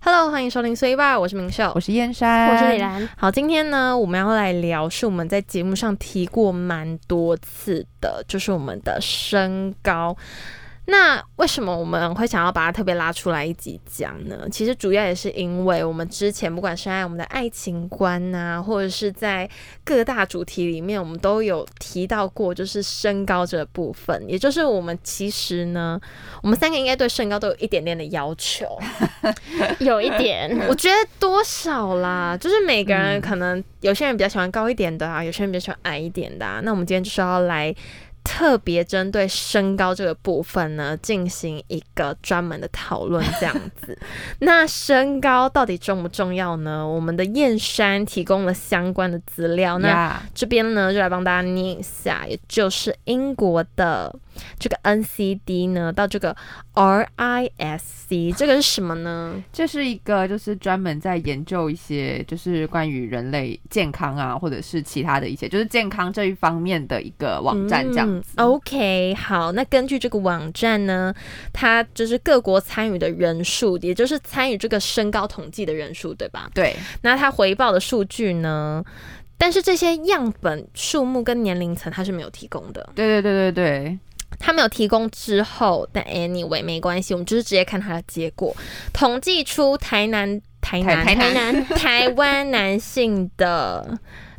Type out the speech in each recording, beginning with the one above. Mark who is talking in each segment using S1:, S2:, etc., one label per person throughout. S1: Hello，欢迎收听碎吧，我是明秀
S2: 我。是燕山，
S3: 我是李兰，
S1: 好，今天呢，我们要来聊是我们在节目上提过蛮多次的，就是我们的身高。那为什么我们会想要把它特别拉出来一集讲呢？其实主要也是因为我们之前不管是在我们的爱情观呐、或者是在各大主题里面，我们都有提到过，就是身高这部分。也就是我们其实呢，我们三个应该对身高都有一点点的要求。
S3: 有一点
S1: 我觉得多少啦，就是每个人可能有些人比较喜欢高一点的啊，有些人比较喜欢矮一点的啊。那我们今天就是要来特别针对身高这个部分呢，进行一个专门的讨论，这样子。那身高到底重不重要呢？我们的燕山提供了相关的资料，那
S2: 呀
S1: 这边呢，就来帮大家念一下，也就是英国的这个 NCD 呢，到这个 RISC，这个是什么呢？
S2: 这是一个就是专门在研究一些就是关于人类健康啊，或者是其他的一些就是健康这一方面的一个网站这样子。
S1: 嗯 OK，好，那根据这个网站呢，它就是各国参与的人数，也就是参与这个身高统计的人数，对吧？
S2: 对，
S1: 那它回报的数据呢？但是这些样本数目跟年龄层它是没有提供的，
S2: 对对对对对，
S1: 它没有提供之后，但 anyway 没关系，我们就是直接看它的结果，统计出台南台南
S2: 台
S3: 台南
S1: 台湾男性的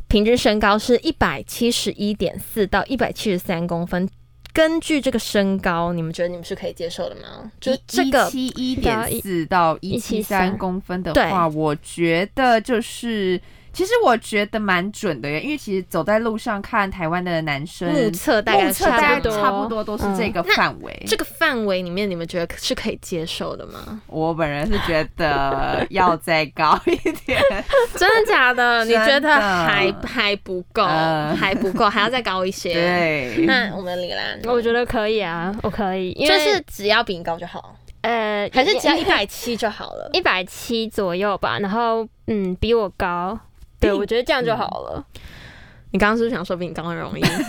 S1: 平均身高是一百七十一点四到一百七十三公分。根据这个身高，你们觉得你们是可以接受的吗？就是这个
S2: 七一点四到一七三
S3: 173
S2: 公分的
S1: 对
S2: 话，我觉得就是。其实我觉得蛮准的耶，因为其实走在路上看台湾的男生，
S1: 目测大概
S2: 目测大
S1: 差
S2: 概
S1: 不多。嗯
S2: 差不多都是这个范围。
S1: 这个范围里面，你们觉得是可以接受的 吗？
S2: 我本人是觉得要再高一 点，
S1: 真的假的？你觉
S2: 真
S1: 得
S2: 的
S1: 还还不够，
S2: 嗯
S1: 还不够，还要再高一些？。
S2: 对，
S1: 那我们李兰呢，
S3: 我觉得可以啊，我可以，因
S1: 就
S3: 为
S1: 是只要比你高就好，
S3: 呃，
S1: 还是只要一百七就好了。
S3: 一百七左右吧，然后嗯，比我 高，对我觉得这样就好了。
S1: 你刚刚是不是想说比你高很容易？嗯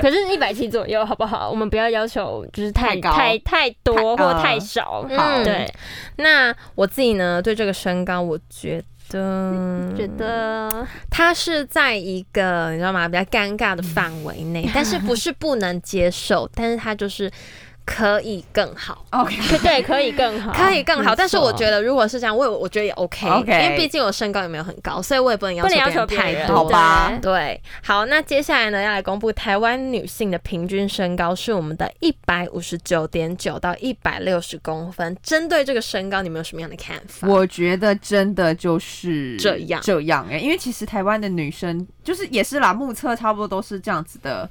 S3: 可是，一百七左右好不好？我们不要要求就是太
S2: 太高
S3: 太太多
S2: 太
S3: 或
S2: 呃
S3: 太少。
S1: 嗯
S2: 好
S3: 对，
S1: 那我自己呢，对这个身高，我觉得
S3: 觉得
S1: 它是在一个你知道吗比较尴尬的范围内，但是不是不能接受，但是它就是可以更好。
S2: OK，
S3: 可对可以更好，
S1: 可以更好，
S2: 没错
S1: 但是我觉得如果是这样，我也我觉得也 OK，,
S2: OK
S1: 因为毕竟我身高也没有很高，所以我也不能要
S3: 不
S1: 求
S3: 能要
S1: 别
S3: 求
S1: 人
S3: 别人
S1: 太
S2: 好
S1: 多。
S2: 吧
S3: 对
S1: 对，好，那接下来呢，要来公布台湾女性的平均身高是我们的一百五十九点九到一百六十公分。针对这个身高，你们有什么样的看法？
S2: 我觉得真的就是
S1: 这样
S2: 这样哎、因为其实台湾的女生就是也是啦，目测差不多都是这样子的，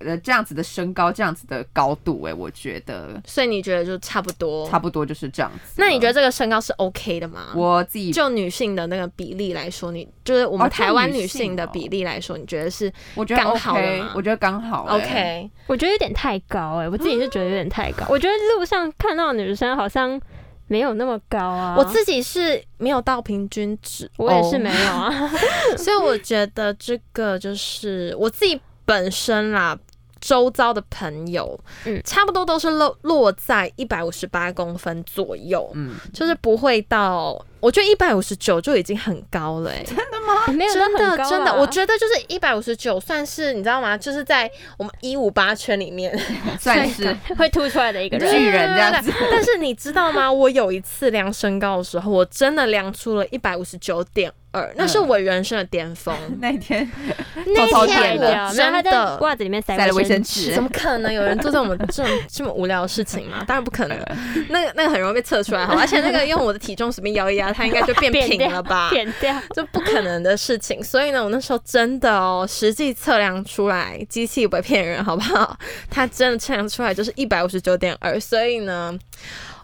S2: 呃，这样子的身高，这样子的高度哎、我觉得
S1: 所以你觉得就差不多？
S2: 差不多就是这样子。
S1: 哦那你觉得？这个身高是 OK 的吗？
S2: 我自己
S1: 就女性的那个比例来说，你就是我们
S2: 哦就
S1: 台湾
S2: 女
S1: 女
S2: 性
S1: 性的
S2: 哦
S1: 比例来说，你觉得是
S2: 我觉得
S1: 刚好的
S2: OK，
S1: 吗
S2: 我觉得刚好哎、
S1: OK？
S3: 我觉得有点太高哎、我自己是觉得有点太
S1: 嗯
S3: 高。我觉得路上看到的女生好像没有那么高啊，
S1: 我自己是没有到平均值，哦
S3: 我也是没有 啊，
S1: 所以我觉得这个就是我自己本身啦，周遭的朋友，嗯
S3: 嗯，
S1: 差不多都是落落在一百五十八公分左右，
S2: 嗯，
S1: 就是不会到，我觉得一百五十九就已经很高了、欸，
S3: 没有到
S1: 真
S3: 很
S1: 的
S3: 高啊
S1: 真的，
S3: 啦
S1: 我觉得就是一百五十九算是你知道吗？就是在我们一五八圈里 面，
S2: 算 是
S3: 会凸出来的一个人。
S2: 巨人这样子
S1: 对。对对对但是你知道吗？我有一次量身高的时候，我真的量出了一百五十九点二，那
S3: 嗯
S1: 是我人生的巅峰。
S2: 那一天
S1: 那
S2: 偷偷
S1: 天
S2: 点的
S1: 我
S3: 了，然后
S1: 真
S3: 他在
S1: 的。
S3: 袜子里面塞
S2: 塞了卫
S3: 生
S2: 生
S3: 纸，
S2: 纸
S1: 怎，么可能有人做这 种这种这么无聊的事情嘛？当然不可能，那个那个很容易被测出来哈，而且那个用我的体重随便摇一摇，它应该就变
S3: 变
S1: 平
S3: 掉
S1: 了吧？
S3: 剪掉。
S1: 就不可能的事情。所以呢，我那时候真的哦，实际测量出来，机器不会骗人，好不好？它真的测量出来就是一百五十九点二，所以呢，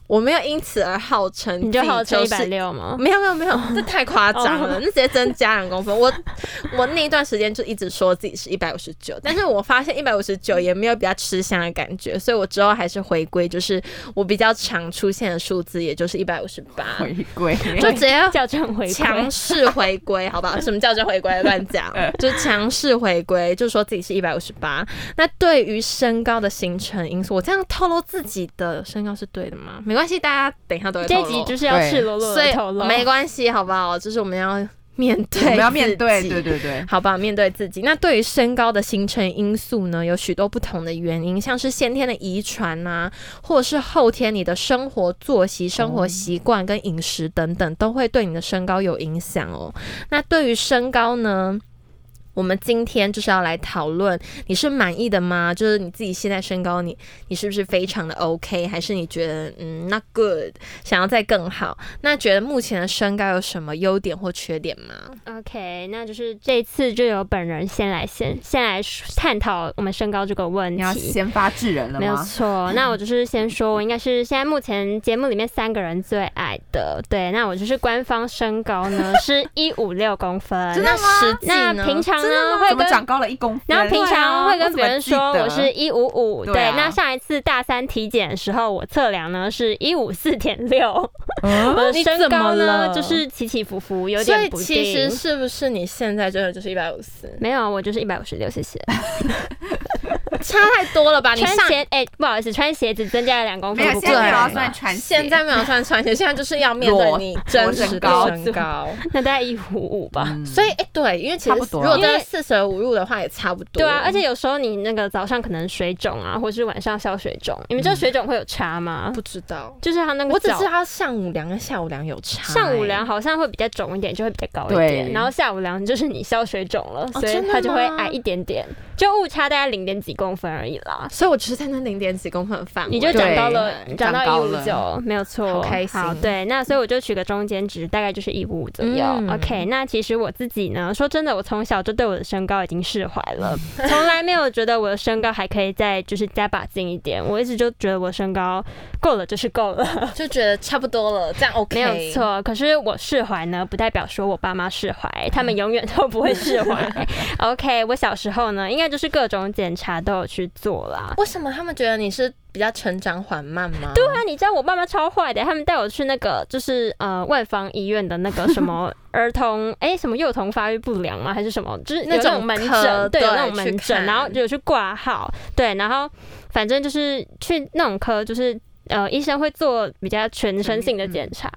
S1: 我没有因此而号称
S3: 你就号称一
S1: 自己
S3: 百
S1: 就是。
S3: 六吗？
S1: 哦没有没有没有，哦这太夸张了，那直接增加两公分。我我那一段时间就一直说自己是一百五十九，但是我发现一百五十九也没有比较吃香的感觉，所以我之后还是回归，就是我比较常出现的数字，也就是一百五十八，
S2: 回归
S1: 就直 接
S3: 校正回
S1: 强
S3: 归，
S1: 势回归， 好不好？什么叫做回归？乱 讲，就是强势回归，就说自己是一百五十八。那对于身高的形成因素，我这样透露自己的身高是对的吗？没关系，大家等一下都会
S3: 这
S1: 透
S3: 一集
S1: 露，
S3: 就是要赤裸裸
S1: 所
S3: 的
S1: 以
S3: 透露，
S1: 没关系，好不好？就是我们要面 对，
S2: 我们要面对，对
S1: 对。
S2: 对对，
S1: 好吧，面对自己。那对于身高的形成因素呢，有许多不同的原因，像是先天的遗传啊，或者是后天你的生活作息、生活习惯跟饮食等等，都会对你的身高有影响哦。那对于身高呢？我们今天就是要来讨论，你是满意的吗？就是你自己现在身高你，你是不是非常的 OK，还是你觉得嗯 not good，想要再更好？那觉得目前的身高有什么优点或缺点吗？
S3: OK，那就是这次就由本人先来先先来探讨我们身高这个问
S2: 你要
S3: 题。
S2: 先发制人了
S3: 没有
S2: 吗？
S3: 错，那我就是先说，我应该是现在目前节目里面三个人最矮的。对，那我就是官方身高 呢是一五六公分，
S1: 真的吗？
S3: 那平常呢会
S2: 怎么
S3: 跟
S2: 长高了一公分？
S3: 然后平
S2: 对啊
S3: 常会跟
S2: 我怎么
S3: 别人说
S2: 记得
S3: 我是一五五，
S2: 对啊
S3: 对。那上一次大三体检的时候，我测量呢是一五四点六，我
S1: 嗯
S3: 的
S1: 你怎
S3: 身
S1: 么
S3: 高呢
S1: 了
S3: 就是起起伏伏，有
S1: 所
S3: 点
S1: 以
S3: 不定。
S1: 其实是不是你现在真的就是一百五十？
S3: 没有，啊我就是一百五十六，谢谢。
S1: 差太多了吧？你
S3: 穿
S1: 上
S3: 鞋，哎、不好意思，穿鞋子增加了两公
S2: 没
S3: 分，
S2: 有，
S3: 不
S2: 现在没有
S1: 对
S2: 要
S1: 啊
S2: 算穿鞋，
S1: 现在没有算穿鞋，现在就是要面对
S2: 裸
S1: 你真实的
S2: 裸
S1: 身高。
S3: 那大概一五五吧。
S2: 嗯
S1: 所以哎、对，因为其实
S2: 差
S1: 如
S2: 不多啊
S1: 果都是四舍五入的话，也差不多。
S3: 对啊，而且有时候你那个早上可能水肿啊，或是晚上消水肿，你们知道水肿会有差吗？
S1: 不知道，
S3: 就是它那个
S1: 我只
S3: 早
S1: 知道上午凉跟下午凉有差、
S3: 上午
S1: 哎
S3: 量好像会比较肿一点，就会比较高一
S2: 对
S3: 点，然后下午量就是你消水肿了，
S1: 哦
S3: 所以
S1: 真的
S3: 它就会
S1: 吗
S3: 矮一点点，就误差大概零点几公分而已啦。
S1: 哎所以我只是在那零点几公分的范围，
S3: 你就长高了
S2: 对，
S3: 长到
S2: 长高
S3: 一五
S2: 了
S3: 九，没有错，
S1: 好开心
S3: 好对，那所以我就取个中间值，大概就是一五五左右。
S1: 嗯
S3: OK，那其实我自己呢，说真的，我从小就对我的身高已经释怀 了，从来没有觉得我的身高还可以再就是加把劲一点。我一直就觉得我身高够了就是够了，
S1: 就觉得差不多了，这样 OK，
S3: 没有。错。可是我释怀呢，不代表说我爸妈释怀，他们
S1: 嗯
S3: 永远都不会释 怀。OK，我小时候呢，应该就是各种检查都有去做啦。
S1: 为什么他们觉得你是比较成长缓慢吗？对
S3: 啊那你知道我爸妈超坏的，他们带我去那个就是呃万方医院的那个 什么儿童哎、什么幼童发育不良吗？还是什么？就是有
S1: 那
S3: 那
S1: 种
S3: 种门
S1: 科
S3: 诊，对，有
S1: 对
S3: 那种门
S1: 去看
S3: 诊，然后有去挂号，对，然后反正就是去那种科，就是呃医生会做比较全身性的检查，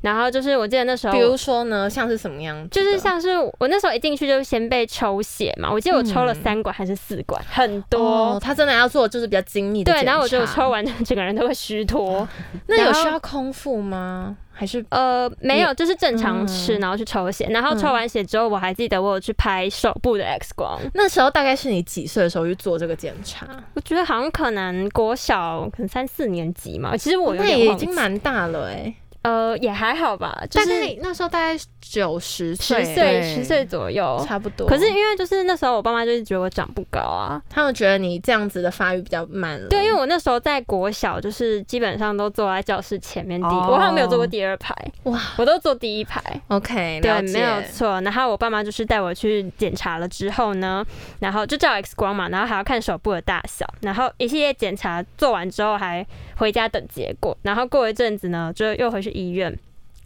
S3: 然后就是我记得那时候
S1: 嗯比如说呢，像是什么样子的？
S3: 就是像是我那时候一进去就先被抽血嘛，我记得我抽了三管还是四管，很多。
S1: 嗯哦，他真的要做就是比较精密的
S3: 对，然后我
S1: 检
S3: 就
S1: 查
S3: 抽，完，整个人都会虚脱。
S1: 那有
S3: 然后
S1: 需要空腹吗？还是
S3: 呃，没有，就是正常吃，
S1: 嗯
S3: 然后去抽血，然后抽完血之后，我还记得我有去拍手部的 X 光，
S1: 那时候大概是你几岁的时候去做这个检查？
S3: 我觉得好像可能国小可能三四年级嘛，其实我有
S1: 那
S3: 点
S1: 也已
S3: 忘记
S1: 经蛮大了哎，
S3: 呃也还好吧，就
S1: 大
S3: 是
S1: 概那时候大概九十
S3: 十
S1: 岁，
S3: 岁
S2: 对
S3: 十岁左右。
S1: 差不多。
S3: 可是因为就是那时候我爸妈就是觉得我长不高啊，
S1: 他们觉得你这样子的发育比较慢了，
S3: 对，因为我那时候在国小就是基本上都坐在教室前面第一，
S2: 哦
S3: 我好像没有坐过第二排，
S1: 哇
S3: 我都坐第一排。
S1: ，OK，
S3: 对
S1: 了，解
S3: 没有错。然后我爸妈就是带我去检查了之后呢，然后就照 X 光嘛，然后还要看手部的大小，然后一系列检查做完之后还回家等结果。然后过一阵子呢，就又回去医院，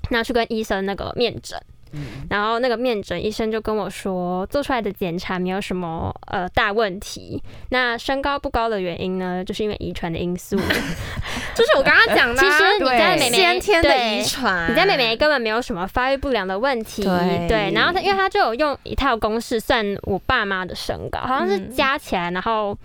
S3: 那去跟医生那个面诊。
S2: 嗯
S3: 然后那个面诊医生就跟我说，做出来的检查没有什么呃大问题。那身高不高的原因呢，就是因为遗传的因素。
S1: 就是我刚刚讲的
S3: 其
S1: 啊，
S3: 实你家的妹妹
S1: 先天的
S3: 对
S1: 遗传，
S3: 你家妹妹根本没有什么发育不良的问题，
S1: 对
S3: 然后她因为她就有用一套公式算我爸妈的身高，好像是
S1: 嗯
S3: 加起来，然后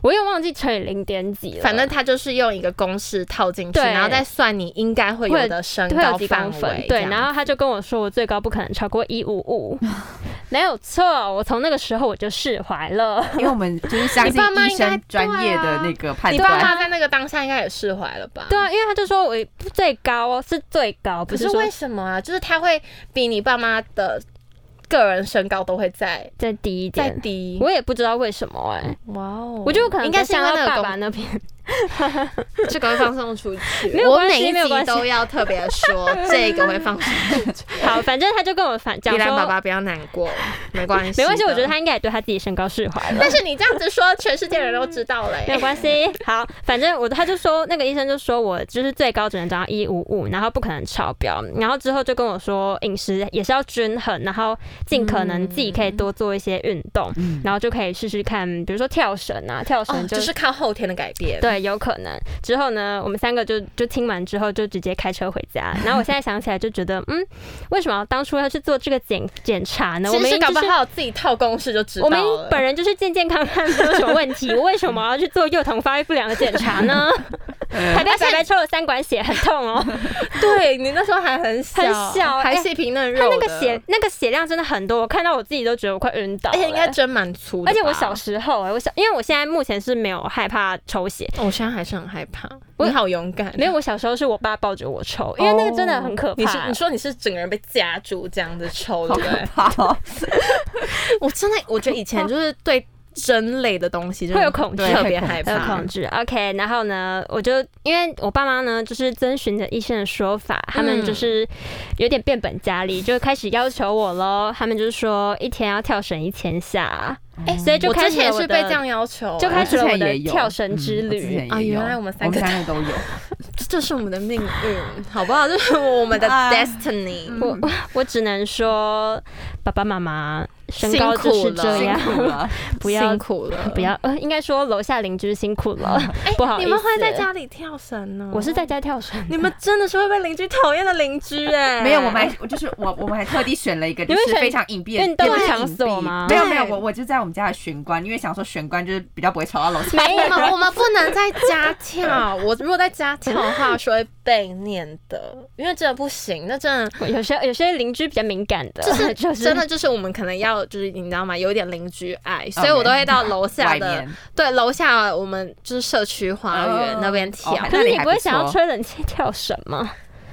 S3: 我又忘记乘以零点几了，
S1: 反正他就是用一个公式套进去，
S3: 对
S1: 然后再算你应该会有的身
S3: 会有
S1: 高
S3: 几
S1: 范
S3: 公
S1: 围
S3: 分，，
S1: 这
S3: 对，
S1: 样
S3: 然后她就跟我说我最高不可能超过一五五， 没有错，我从那个时候我就释怀了，
S2: 因为我们就是相
S1: 你
S2: 信
S1: 爸妈
S2: 医
S1: 应该
S3: 啊
S2: 生专业的那个判
S1: 你爸
S2: 断，
S1: 妈在那个当下应该也释怀了吧？
S3: 对啊，因为她就说我最高哦是最高，不
S1: 可是
S3: 说
S1: 为什么啊？就是他会比你爸妈的个人身高都会再
S3: 再低一
S1: 再
S3: 点，
S1: 低。
S3: 我也不知道为什么哎、
S1: 哇哦
S3: 我觉得我可能
S1: 应该是因
S3: 像
S1: 为
S3: 到
S1: 那
S3: 爸
S1: 个
S3: 爸
S1: 公
S3: 那边，
S1: 这个会放送出去
S3: 没有
S1: 我
S3: 关系
S1: 每一
S3: 没有关
S1: 集
S3: 系
S1: 都要特别 说这个会放送出去。
S3: 好，反正她就跟我反 讲
S1: 依
S3: 说
S1: 兰爸爸不要难 过，没关系的，
S3: 没关系，我觉得他应该也对他自己身高释 怀了。
S1: 但是你这样子说，全世界人都知道哦嘞、
S3: 没有关系，好，反正我他就说那个医生就说我就是最高只能长到一五五，然后不可能超标，然后之后就跟我说饮食也是要均衡，然后尽可能自己可以多做一些运动，
S2: 嗯
S3: 然后就可以试试看，比如说跳绳啊，跳
S1: 哦，
S3: 绳就
S1: 就是靠后天的改变。
S3: 对，对，有可能。之后呢，我们三个就就听完之后就直接开车回家。然后我现在想起来就觉得，嗯，为什么当初要去做这个检检查呢？我
S1: 其
S3: 们
S1: 实
S3: 应该
S1: 搞不
S3: 是
S1: 好自己套公式就知道
S3: 我们
S1: 了。
S3: 本人就是健健康康，没有什么问 题。我为什么要去做幼童发育不良的检查呢？
S2: 嗯
S3: 还被白白抽了三管血，很 痛哦。
S1: 对你那时候还很小，
S3: 很小
S1: 还
S3: 哎
S1: 细皮嫩肉的，
S3: 他那个血那个血量真的很多，我看到我自己都觉得我快晕倒
S1: 而
S3: 了。
S1: 且应该针蛮粗的吧。
S3: 而且我小时候、哎，我小，因为我现在目前是没有害怕抽血，
S1: 哦，我现在还是很害怕。
S3: 我
S1: 你好勇敢，
S3: 没有，我小时候是我爸抱着我抽，因为那个真的很可怕。
S1: 哦你是你说你是整个人被夹住这样子抽，对
S2: 好
S1: 不
S2: 可
S1: 对？
S2: 怕哦！
S1: 我真的，我觉得以前就是对针类的东西真的
S3: 会有恐惧
S1: 对特别害
S3: 有
S1: 怕
S3: 恐。惧，OK。然后呢，我就因为我爸妈呢，就是遵循着医生的说法，他们
S1: 嗯
S3: 就是有点变本加厉，就开始要求我喽。他们就是说一天要跳绳一千下，
S2: 哎
S3: 所以就
S1: 我
S3: 开
S1: 之
S3: 始
S1: 前也
S3: 了我
S1: 是
S3: 的
S1: 被这样要求，
S3: 就
S1: 哎
S3: 开始了我
S2: 之前
S3: 的
S2: 也有
S3: 跳绳之
S2: 嗯我之
S3: 旅。
S2: 前也
S1: 啊原
S2: 有
S1: 来我们三
S2: 我
S1: 个
S2: 们三个都有。
S1: 这这是我们的命运，好不好？这是 我们的
S2: 啊
S1: destiny。
S3: 我 我只能说，爸爸妈妈身高
S1: 辛苦
S3: 就是这
S1: 对
S3: 样
S1: 啊，
S2: 辛苦了，
S3: 不要
S1: 辛苦了，
S3: 不。要呃，应该说楼下邻居辛苦了， 不好
S1: 嗯哎你
S3: 意思。
S1: 们会在？家里跳绳呢？
S3: 我是在家跳绳。
S1: 你们真的是会被邻居讨厌的邻居哎、
S2: 没有，我们还我就是我，我们还特地选了一个就
S3: 你们
S2: 是
S3: 选
S2: 非常隐蔽的
S3: 运动
S2: 也不是
S3: 场
S2: 隐蔽
S3: 所吗
S2: 没有
S1: 对
S2: 没有，我我就在我们家的玄关，因为想说玄关就是比较不会吵到楼下。
S1: 没 有，我们不能在家跳。我如果在家跳的话，是会被念的，因为真的不行。那真的
S3: 有些有些邻居比较敏感的，
S1: 就是
S3: 就是
S1: 真的就是我们可能要就是你知道吗？有一点邻居爱，
S3: 哦
S1: 所以我都会到楼下
S2: 外
S1: 的
S2: 面
S1: 对楼下我们就是社区花园那边跳
S2: 哦。还
S3: 可
S2: 那
S3: 是
S2: 你
S3: 你
S2: 还
S3: 不会
S2: 不
S3: 想要
S2: 错
S3: 吹冷气 跳绳吗？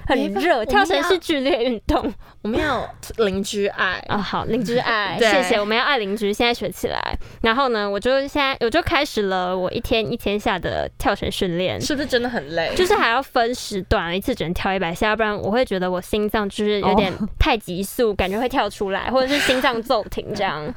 S1: 没
S3: 很
S1: 办我
S3: 热，
S1: 们
S3: 跳绳
S1: 要
S3: 是剧烈运 动
S1: 我们要邻居爱，
S3: 啊、好，邻居 爱，
S1: 对
S3: 谢谢，我们要爱邻居，现在学起来。然后呢，我就现在我就开始了我一天一天下的跳绳训练，
S1: 是不是真的很累？
S3: 就是还要分时段，一次只能跳一百下，要不然我会觉得我心脏就是有点太急速，感觉会跳出来，或者是心脏骤停这 样。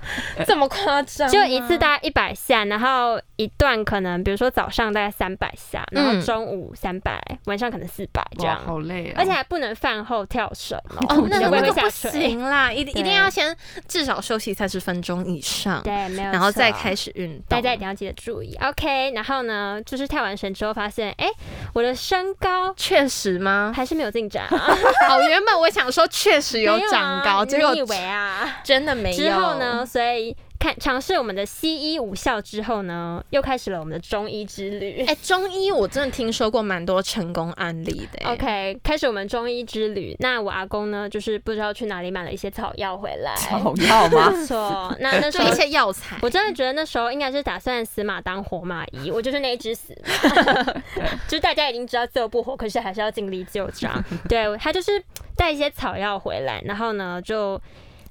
S1: 这么夸张吗？
S3: 就一次大概一百下，然后一段可能比如说早上大概三百下，然后
S1: 嗯
S3: 中午三百、晚上可能四百这
S2: 哇，
S3: 样。
S2: 好累哦，
S3: 而且还不能饭后跳绳哦，
S1: 哦，那
S3: 你
S1: 那
S3: 会
S1: 个
S3: 下
S1: 不
S3: 垂。
S1: 行啦，一定一定
S3: 对
S1: 要先至少休息三十分钟以上，
S3: 对，没有错。
S1: 然后再开始运
S3: 大
S1: 动。
S3: 家一定要记得注意，OK。然后呢，就是跳完绳之后发现，哎、我的身高
S1: 确实吗？
S3: 还是没有进展、啊，
S1: 哦，原本我想说确实 有
S3: 没啊
S1: 长高，结果
S3: 你以为啊？
S1: 真的没有。
S3: 之后呢，？所以看尝试我们的西医无效之后呢，又开始了我们的中医之旅。
S1: 哎、中医我真的听说过蛮多成功案例的、哎
S3: OK，开始我们中医之旅。那我阿公呢，就是不知道去哪里买了一些草药回 来。
S2: 草药吗？
S3: 没错，那那时
S1: 就
S3: 候
S1: 一些药材。
S3: 我真的觉得那时候应该是打算死马当活马医，我就是那一只死马，就是大家已经知道救不活，可是还是要尽力救场。对他就是带一些草药回来，然后呢就。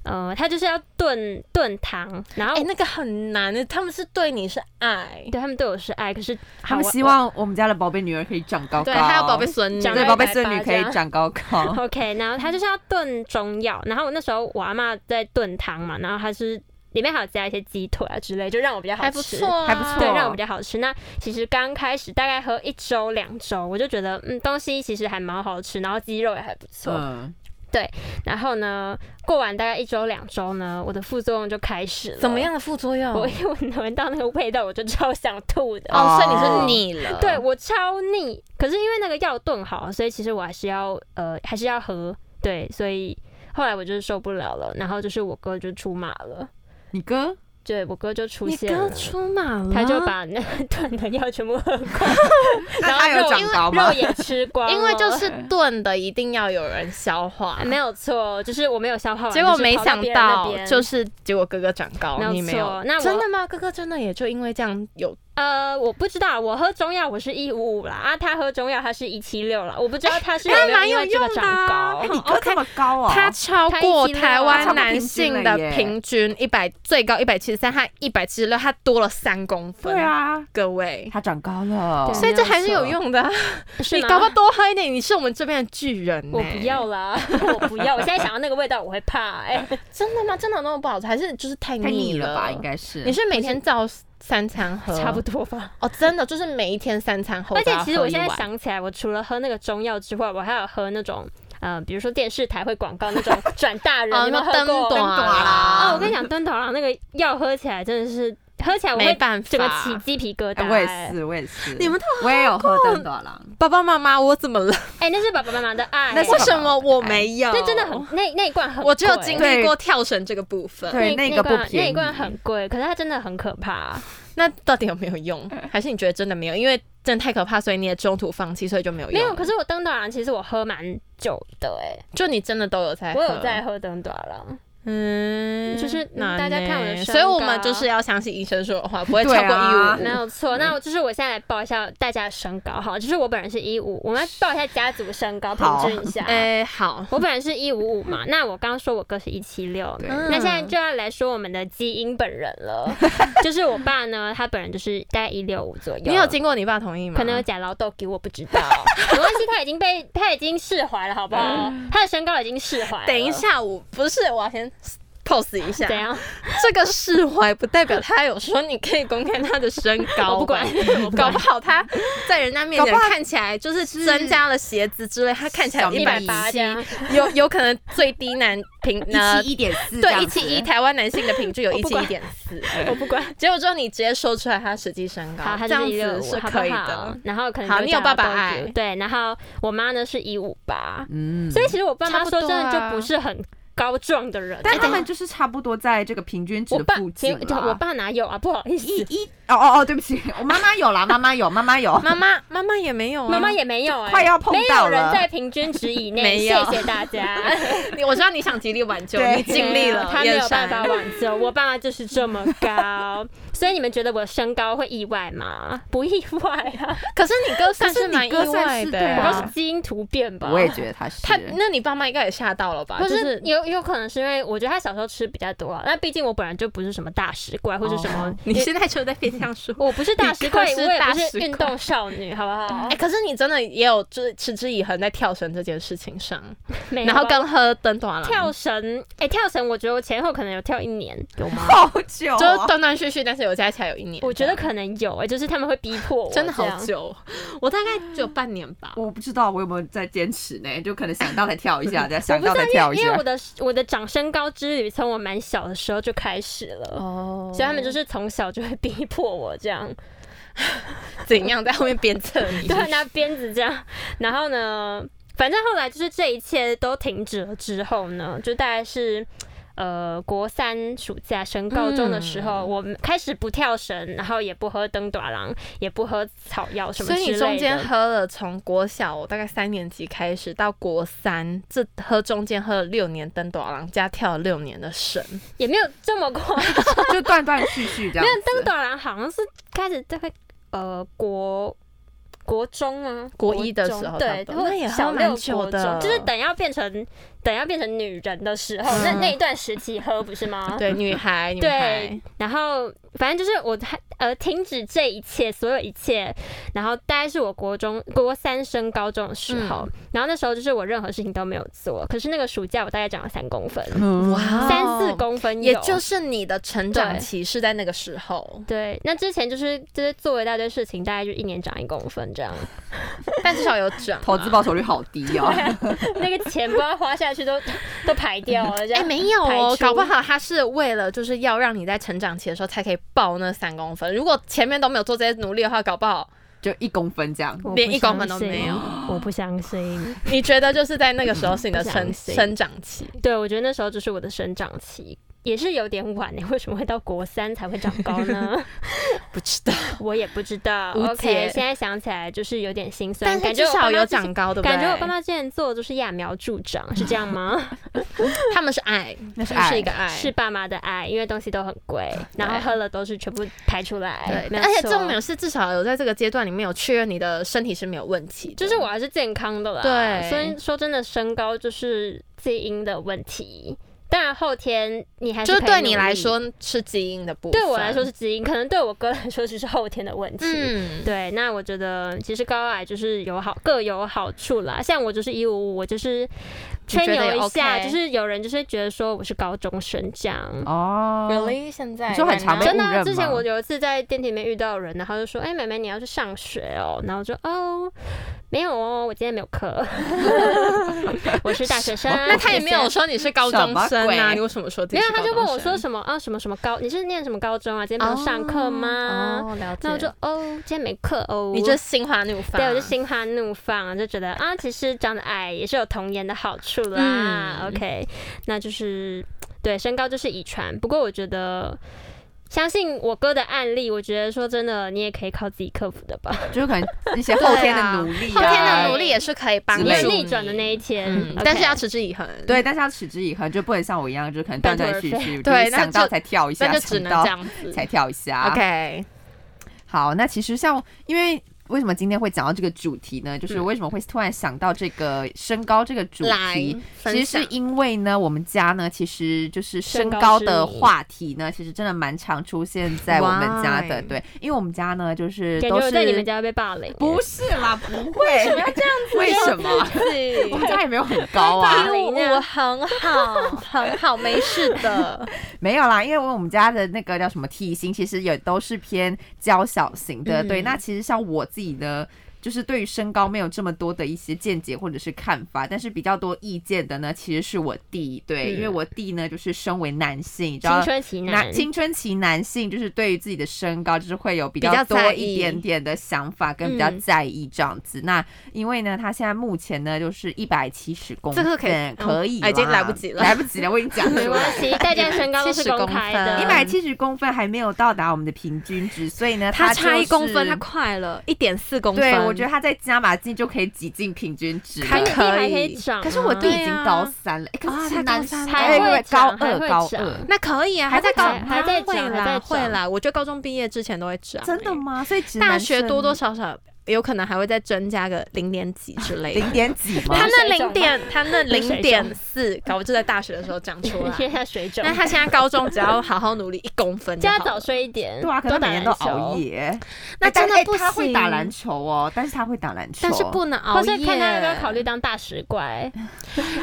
S3: 呃，他就是要炖炖汤，然后、
S1: 哎、那个很难的，他们是对你是爱，
S3: 对他们对我是爱，可是
S2: 他们
S3: 好我
S2: 希望我们家的宝贝女儿可以长高高，哦
S1: 对，还有宝贝孙女，
S3: 长
S2: 对
S3: 到
S2: 宝
S3: 一
S2: 贝
S3: 百
S2: 孙
S3: 八
S2: 女
S3: 这
S2: 可以
S3: 样
S2: 长高 高。
S3: OK，然后他就是要炖中药，然后我那时候我阿妈在炖汤嘛，然后他是里面还有加一些鸡腿啊之类，就让我比较好吃，
S1: 还不错、啊，
S2: 还不错
S3: 对，让我比较好吃。那其实刚开始大概喝一周两周，我就觉得嗯，东西其实还蛮好吃，然后鸡肉也还不错。
S2: 嗯，
S3: 然后呢，过完大概一周两周呢，我的副作用就开始了。
S1: 怎么？样的副作用？
S3: 我一闻到那个味道，我就超想吐的。
S1: 哦，所以你是腻了，
S3: 对我超腻，可是因为那个药炖好，所以其实我还是要呃还是要喝，对，所以后来我就是受不了了，然后就是我哥就出马了，
S2: 你哥
S3: 对我哥就出
S1: 你
S3: 现
S1: 哥
S3: 了，
S1: 出马了，
S3: 他就把那 个炖的药全部喝光，
S2: 那
S3: 然后
S2: 他有
S3: 肉
S2: 长高吗
S3: 肉？也 吃光了，
S1: 因为就是炖的一定要有人消化
S3: 哎。哦没有错，就是我没有消化完，
S1: 结果没想到，就是是结果哥哥长高
S3: 跑，到别人那
S1: 你没
S3: 边
S1: 有
S3: 错，那我
S1: 真的吗？哥哥真的也就因为这样有
S3: 呃，我不知道，我喝中药我是一五五啦，啊，他喝中药他是一七六啦，我不知道他
S1: 哎
S3: 是有没有因为这个长
S1: 啊
S3: 高。
S2: 哎你哥这么高啊？
S1: 他超过台湾男性的
S2: 他超过
S1: 平
S2: 平
S1: 均一百，最高一百七十三，他一百七十六，他多了三公分。
S2: 对，啊，
S1: 各位，
S2: 他长高了
S3: 对。
S1: 所以这还是有用的啊。
S3: 是
S1: 你
S3: 吗
S1: 搞不好多喝一点，你是我们这边的巨人欸呢。
S3: 我不要啦，我不要！我现在想到那个味道，我会怕。 哎、
S1: 真的吗？真的有那么不好吃，还是就是太
S2: 太
S1: 腻
S2: 腻了吧？应该是
S1: 你是每天照三餐喝？
S3: 差不
S1: 多
S3: 多吧。
S1: 哦，真的就是每一天三餐喝。
S3: 而且其
S1: 都
S3: 实
S1: 要喝
S3: 我现
S1: 一
S3: 在
S1: 碗，
S3: 想起来，我除了喝那个中药之外，我还有喝那种，呃，比如说电视台会广告那种转大人，
S1: 哦，
S3: 你们
S1: 那
S3: 喝
S1: 灯
S3: 过？哦
S1: 短啊哦
S2: 短
S1: 啦
S2: 啦
S3: 啊啊，我跟你讲，灯头郎那个药喝起来真的是喝起来我
S1: 没
S3: 会
S1: 办法，
S3: 整个起鸡皮疙瘩、
S2: 哎我也是，我也是。
S1: 你们都
S2: 我也有喝邓朵郎，
S1: 爸爸妈妈，我怎么了？
S3: 哎、那是爸爸妈妈的爱、
S2: 那是哦
S1: 为什么我没有？
S3: 这真的很，那那一罐很贵，
S1: 我只有经历
S2: 对
S1: 过跳绳这个部分。
S2: 对
S3: 那
S2: 那
S3: 一
S2: 个
S3: 罐
S2: 不便宜
S3: 那一罐很贵，可是它真的很可怕。
S1: 那到底有没有用？
S3: 嗯
S1: 还是你觉得真的没有？因为真的太可怕，所以你也中途放弃，所以就没有
S3: 没
S1: 用了。
S3: 有，可是我灯短郎其实我喝蛮久的哎、
S1: 就你真的都有在，
S3: 我有在，喝灯短郎，
S1: 嗯，
S3: 就是嗯
S1: 难
S3: 大家看我的
S1: 呢
S3: 身
S1: 所以我们
S3: 高
S1: 就是要相信医生说的话，不会超
S2: 对
S1: 过
S2: 啊
S1: 一五
S3: 没有错。那我就是我现在来报一下大家的身高哈，就是我本人是一五，我们来报一下家族身高，
S2: 好
S3: 统计一下。
S1: 哎、好，
S3: 我本人是一五五嘛，那我刚刚说我哥是一七六，
S2: 对
S1: 嗯
S3: 那现在就要来说我们的基因本人 了，就是我爸呢，他本人就是大概一六五左右。
S1: 你有经过你爸同意吗？
S3: 可能有假劳豆给我不知道，没关系，他已经被他已经释怀了，好不好？他的身高已经释怀了。
S1: 等一，下，我不是，我要先 pose 一下。
S3: 怎样？
S1: 这个释怀不代表他有说你可以公开他的身高，
S3: 我不管，。我不
S1: 搞
S3: 管
S1: 不。好他在人家面前
S2: 搞不好
S1: 看起来就是增加了鞋子之类，他看起来有
S2: 小
S1: 一
S2: 一
S1: 百
S2: 百
S1: 八
S2: 八
S3: 这样
S1: 有有可能最低男平呢
S2: 一七一点四，
S1: 对一七一，台湾男性的平均有一七一点四，
S3: 我不管。
S1: 结果之后你直接说出来他实际身高
S3: 好，，他
S1: 这样
S3: 就是一六
S1: 子
S3: 五，
S1: 是
S3: 好
S1: 可以
S3: 不好
S1: 的。？
S3: 然后可能
S1: 好
S3: 就
S1: 你有
S3: 假
S1: 爸
S3: 劳
S1: 爸
S3: 豆给
S1: 爱
S3: 对，然后我妈呢是一五八，
S2: 嗯，
S3: 所以其实我爸妈
S1: 差不
S3: 说
S1: 多
S3: 真的就
S1: 啊
S3: 不是很高壮的人。
S2: 但
S3: 哎
S2: 他们就是差不多在这个平均值
S3: 我爸
S2: 的附，
S3: 其
S2: 近
S3: 实我
S2: 啦。
S3: 爸哪有啊？不好意思，
S2: 一一哦哦哦，对不起，我妈妈有啦，妈妈有，妈妈有，
S1: 哎妈妈妈妈也没有啊，
S3: 妈妈也没有哎，
S2: 快要碰
S3: 没有
S2: 到
S3: 人
S2: 了
S3: 在平均值以内，
S1: 没
S3: 谢
S1: 有
S3: 谢大家。
S1: 你我知道你想极力挽救，
S2: 对
S1: 你尽力了，
S3: 他没有
S1: 燕山
S3: 办法挽救。我爸妈就是这么高，所以你们觉得我身高会意外吗？ 不意外啊，
S1: 可是你哥算
S2: 可是你
S1: 蛮意
S2: 哥算
S1: 外
S2: 是
S1: 的
S2: 对
S3: 我
S1: 欸，
S2: 啊
S3: 都是基因突变吧。
S2: 我也觉得他是
S1: 他那你爸妈应该也吓到了吧？
S3: 可
S1: 就是是
S3: 有有可能是因为我觉得他小时候吃比较多啊，那毕竟我本来就不是什么大食怪或者什么，
S2: 哦
S1: 你现在就在变相说。
S3: 我不是大食怪，
S1: 你可是
S3: 我也
S1: 大
S3: 不
S1: 食
S3: 是
S1: 怪
S3: 运动少女，好不好
S1: 哎、？可是你真的也有就是持之以恒在跳绳这件事情上，
S3: 没有
S1: 然后
S3: 吧
S1: 跟喝灯短郎，
S3: 跳绳，哎，跳绳，我觉得我前后可能有跳一年，有 吗？
S2: 好久
S1: 就是
S2: 哦，
S1: 断断续续，但是有加起来有一年这样，
S3: 我觉得可能有，哎，就是他们会逼迫我，
S1: 真的好
S3: 这样
S1: 久，我大概只有半年吧。
S2: 我不知道我有没有在坚持呢，就可能想到再跳一下， 再想
S3: 不是
S2: 到再跳一
S3: 因为
S2: 下
S3: 我。的我的长身高之旅从我蛮小的时候就开始了，
S1: 哦
S3: 所以他们就是从小就会逼迫我这样，
S1: 怎样在后面鞭策你？
S3: 对，啊拿鞭子这样，然后呢，反正后来就是这一切都停止了之后呢，就大概是。呃，国三暑假升高中的时
S1: 嗯
S3: 候，我开始不跳绳，然后也不喝灯短郎，也不喝草药什么
S1: 所以
S3: 之
S1: 你中
S3: 类
S1: 间
S3: 的。
S1: 喝了从国小我大概三年级开始到国三，这喝中间喝了六年灯短郎，加跳了六年的绳，
S3: 也没有这么夸张。
S2: 就断断续续这样
S3: 没有
S2: 子。
S3: 灯短啊郎好像是开始大概呃国国中啊，
S1: 国一的时
S3: 中
S1: 候差
S3: 对，
S1: 不多
S3: 或
S1: 那也喝
S3: 小
S1: 蛮
S3: 六
S1: 久
S3: 国
S1: 的
S3: 中就是等要变成等要变成女人的时候，那那一段时期喝不是吗？
S1: 嗯 对，女孩，女孩
S3: 对，，然后反正就是我还呃停止这一切，所有一切，然后大概是我国中国三升高中的时候，
S1: 嗯
S3: 然后那时候就是我任何事情都没有做，可是那个暑假我大概长了三公分，
S2: 嗯
S1: 哇
S3: 三四公分有，
S1: 哦也就是你的成长
S3: 对
S1: 期是在那个时候，
S3: 对，那之前就是就是做一大堆事情，大概就一年长一公分这样，
S1: 但至少有长啊
S2: 投资。报酬率好低哦，
S3: 那个钱不知道花下去都都排掉了这
S1: 哎、
S3: 样。
S1: 没有
S3: 排
S1: 哦，
S3: 出
S1: 搞不好他是为了就是要让你在成长期的时候才可以爆那三公分。如果前面都没有做这些努力的话，搞不好
S2: 就一公分这样。
S3: 我不
S1: 连一公分都
S3: 相信
S1: 没有，
S3: 我不相信。
S1: 你觉得就是在那个时候是你的
S3: 不
S1: 生
S3: 相信
S1: 生长期？
S3: 对，我觉得那时候就是我的生长期，也是有点晚呢。为什么会到国三才会长高呢？
S1: 不知道，
S3: 我也不知道。
S1: 无
S3: OK，
S1: 解
S3: 现在想起来就是有点心酸，
S1: 但是
S3: 感觉
S1: 至
S3: 我爸
S1: 少
S3: 妈
S1: 有
S3: 之前
S1: 长高，对不对？
S3: 感觉我爸妈之前做的都是揠苗助长，是这样 吗？
S1: 他们是爱，
S2: 那是
S1: 他们
S2: 爱
S1: 是一个爱，
S3: 是爸妈的爱，因为东西都很贵，然后喝了都是全部排出来。
S1: 对。
S3: 没有
S1: 而且
S3: 错
S1: 重点是，至少有在这个阶段里面有确认你的身体是没有问题的，
S3: 就是我还是健康的啦。
S1: 对
S3: 所以说真的，身高就是基因的问题。当然后天你还是
S1: 就是
S3: 可以
S1: 对你
S3: 努
S1: 来
S3: 力，
S1: 说是基因的部分，
S3: 对我来说是基因，可能对我哥来说就是后天的问题。
S1: 嗯，
S3: 对，那我觉得其实高矮就是有好各有好处啦。像我就是一五五，我就是吹
S1: 你觉得
S3: 牛一下
S1: OK？
S3: 就是有人就是觉得说我是高中生这样。
S2: 哦
S1: really 现在
S2: 你说很常被
S1: 真
S3: 真
S1: 的
S3: 的
S2: 误
S3: 啊，
S2: 认
S3: 之前
S2: 吗
S3: 我有一次在电梯里面遇到人，然后就说：“哎、妹妹，你要去上学哦。”然后我就：“哦，没有哦，我今天没有课， 我是大学生。”
S1: 哦那他也没有。说你是高中
S2: 什
S1: 生
S2: 么
S1: 啊，
S2: 鬼
S1: 你为什么说自己
S3: 没有
S1: 是，
S3: 他就
S1: 高
S3: 问
S1: 中
S3: 我说
S1: 生
S3: 什么啊？什么什么高？你是念什么高中啊？今天没有上课吗？
S1: 哦，哦了解。
S3: 那我就哦，今天没课哦。
S1: 你就心花怒放，啊
S3: 对，我就心花怒放，就觉得啊，其实长得矮也是有童颜的好处啦。
S1: 嗯
S3: OK，那就是对身高就是遗传，不过我觉得。相信我哥的案例，我觉得说真的，你也可以靠自己克服的吧。
S2: 就是可能一些后天的努力、啊，
S1: 后天的
S3: 对
S1: 努力也是可以帮助
S2: 之类的
S1: 你
S3: 逆转的那一天，
S1: 嗯
S3: OK
S1: 但是要持之以恒。
S2: 对，但是要持之以恒，就不能像我一样，就可能断断续
S3: 半
S1: 对
S2: 续，就是
S1: 那
S2: 想到
S1: 就
S2: 才跳一下，
S1: 那就只能这
S2: 想到
S1: 样子。
S2: 才跳一下。
S1: OK，
S2: 好，那其实像因为为什么今天会讲到这个主题呢？就是为什么会突然想到这个身高这个主题？其实是因为呢，我们家呢，其实就是身高的话题呢，其实真的蛮常出现在我们家的。
S1: Why？
S2: 对，因为我们家呢，就是
S3: 感觉
S2: 都
S3: 我
S2: 是
S3: 在你们家被霸凌。
S2: 不是啦，不会， 为什么要这样子？为什么？我们家也没有很高 啊，
S1: 因为我很 好，很好，没事的。
S2: 没有啦，因为我们家的那个叫什么体型，其实也都是偏娇小型的。
S1: 嗯
S2: 对，那其实像我自己呢，就是对于身高没有这么多的一些见解或者是看法，但是比较多意见的呢，其实是我弟。对，
S1: 嗯
S2: 因为我弟呢，就是身为男性，你知道
S3: 青。春期
S2: 男
S3: 男，
S2: 青春期男性就是对于自己的身高，就是会有比
S1: 比
S2: 较
S1: 较
S2: 多
S1: 在意
S2: 一点点的想法，跟比较
S3: 嗯
S2: 在意这样子。那因为呢，他现在目前呢就是一百七十公
S1: 这
S2: 分，
S1: 个可以嗯
S2: 可以啦，
S1: 已经来不及了
S2: 来不及了，我已经讲出来
S3: 没
S2: 了
S3: 关系，大家身高都是
S1: 70
S3: 公开
S1: 公
S3: 的，
S2: 一
S1: 分
S2: 百七十公分还没有到达我们的平均值，所以呢，
S1: 他
S2: 就
S1: 差一公分，
S2: 是
S1: 他快了一点四公分。
S2: 对我觉得他再加把劲就可以挤进平均值了。
S1: 还
S3: 可
S1: 可
S3: 还可
S1: 以
S3: 以长啊。
S2: 可是我弟已经高三了，哎可
S1: 啊他
S2: 是其实
S1: 高
S2: 男
S1: 三了
S2: 哎
S3: 还会
S2: 高
S3: 长还
S2: 二
S3: 会
S2: 高
S3: 长
S2: 二，
S1: 那可以啊，
S2: 还在
S1: 在
S2: 长
S1: 长，
S3: 还在
S1: 会
S3: 长还
S1: 啦，
S3: 在
S1: 会
S3: 长
S1: 啦。我觉得高中毕业之前都会长。
S2: 真的
S1: 欸？
S2: 吗？所以直
S1: 大学多多少少有可能还会再增加个零点几之类的
S2: 零。点几吗
S1: 他？那
S3: 水
S1: 零
S3: 肿
S1: 点，他那
S3: 有水
S1: 零点四，搞不就在大学的时候长出
S3: 你
S1: 来。
S3: 现在水肿
S1: 那，他现在高中只要好好努力一公分，
S3: 叫他早。睡一点，
S2: 对啊，可能
S3: 多打
S2: 每天都
S3: 篮球
S2: 熬。夜。
S1: 那
S2: 哎但
S1: 真的
S2: 哎
S1: 不
S2: 他会打
S1: 行
S2: 篮球哦，但是他会打篮球，
S1: 但是不能熬
S3: 或
S1: 夜。
S3: 是看他要不要考虑当大使怪，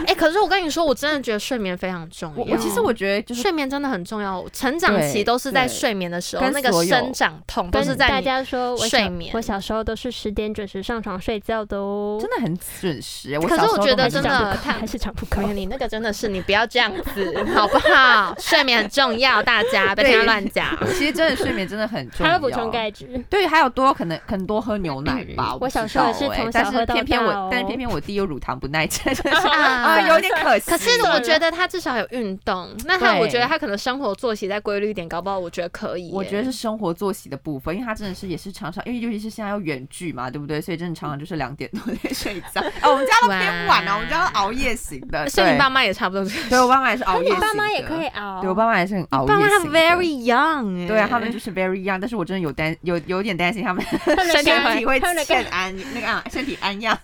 S1: 哎、可是我跟你说，我真的觉得睡眠非常重要。
S2: 我我其实我觉得就是
S1: 睡眠真的很重要，成长
S2: 对
S1: 期都是在
S2: 对
S1: 睡眠的时候，
S2: 跟
S1: 那个
S2: 所有
S1: 生长痛都
S3: 跟
S1: 是在
S3: 大
S1: 你
S3: 家说我小
S1: 睡眠
S3: 我小时候都是十点准时上床睡觉的哦，
S2: 真的很准时。哎我
S1: 可是
S2: 小时
S1: 我
S2: 候
S1: 觉
S2: 都
S1: 得
S2: 很
S1: 真
S2: 准时
S1: 的
S3: 还是长不高
S1: 太
S3: 还是长不高
S1: 没。有，你那个真的是你不要这样子，好不好？ 睡眠很重要，大家不要听他乱 讲。
S2: 其实真的睡眠真的很重
S3: 还
S2: 要。
S3: 要补充钙质，
S2: 对，还有多可能可能多喝牛奶 吧。
S3: 嗯
S2: 不
S3: 我小
S2: 知
S3: 时候也
S2: 道
S3: 是
S2: 欸
S3: 从
S2: 但
S3: 小
S2: 是
S3: 喝到
S2: 偏偏我，
S3: 大
S2: 但是偏
S3: 哦
S2: 偏我弟又乳糖不 耐，真的是
S1: 啊
S2: 啊， 有点可惜。
S1: 可
S2: 哦
S1: 是我觉得他至少有运动，那他
S2: 对
S1: 我觉得他可能生活作息再规律一点，搞不好我觉得可以耶。
S2: 我觉得是生活作息的部分，因为他真的是也是常常，因为尤其是现在要远距嘛，对不对？所以真的常常就是两点多 才睡觉。哦，我们家都偏晚了，啊我们家都熬夜型的。
S1: 所以你
S2: 对
S1: 爸妈也差不多这样。
S2: 对我爸妈也是熬夜
S3: 你
S2: 型的。
S3: 爸妈也可以。熬。
S2: 对我爸妈也是很熬夜
S1: 爸妈他
S2: 型的
S1: very young 哎，
S2: 对啊，他们就是 very young，但是我真的有担有有点担心他们
S3: 他们的
S1: 身体
S3: 肝
S2: 身体会
S3: 他们的肝
S2: 欠安那个啊，身体安养。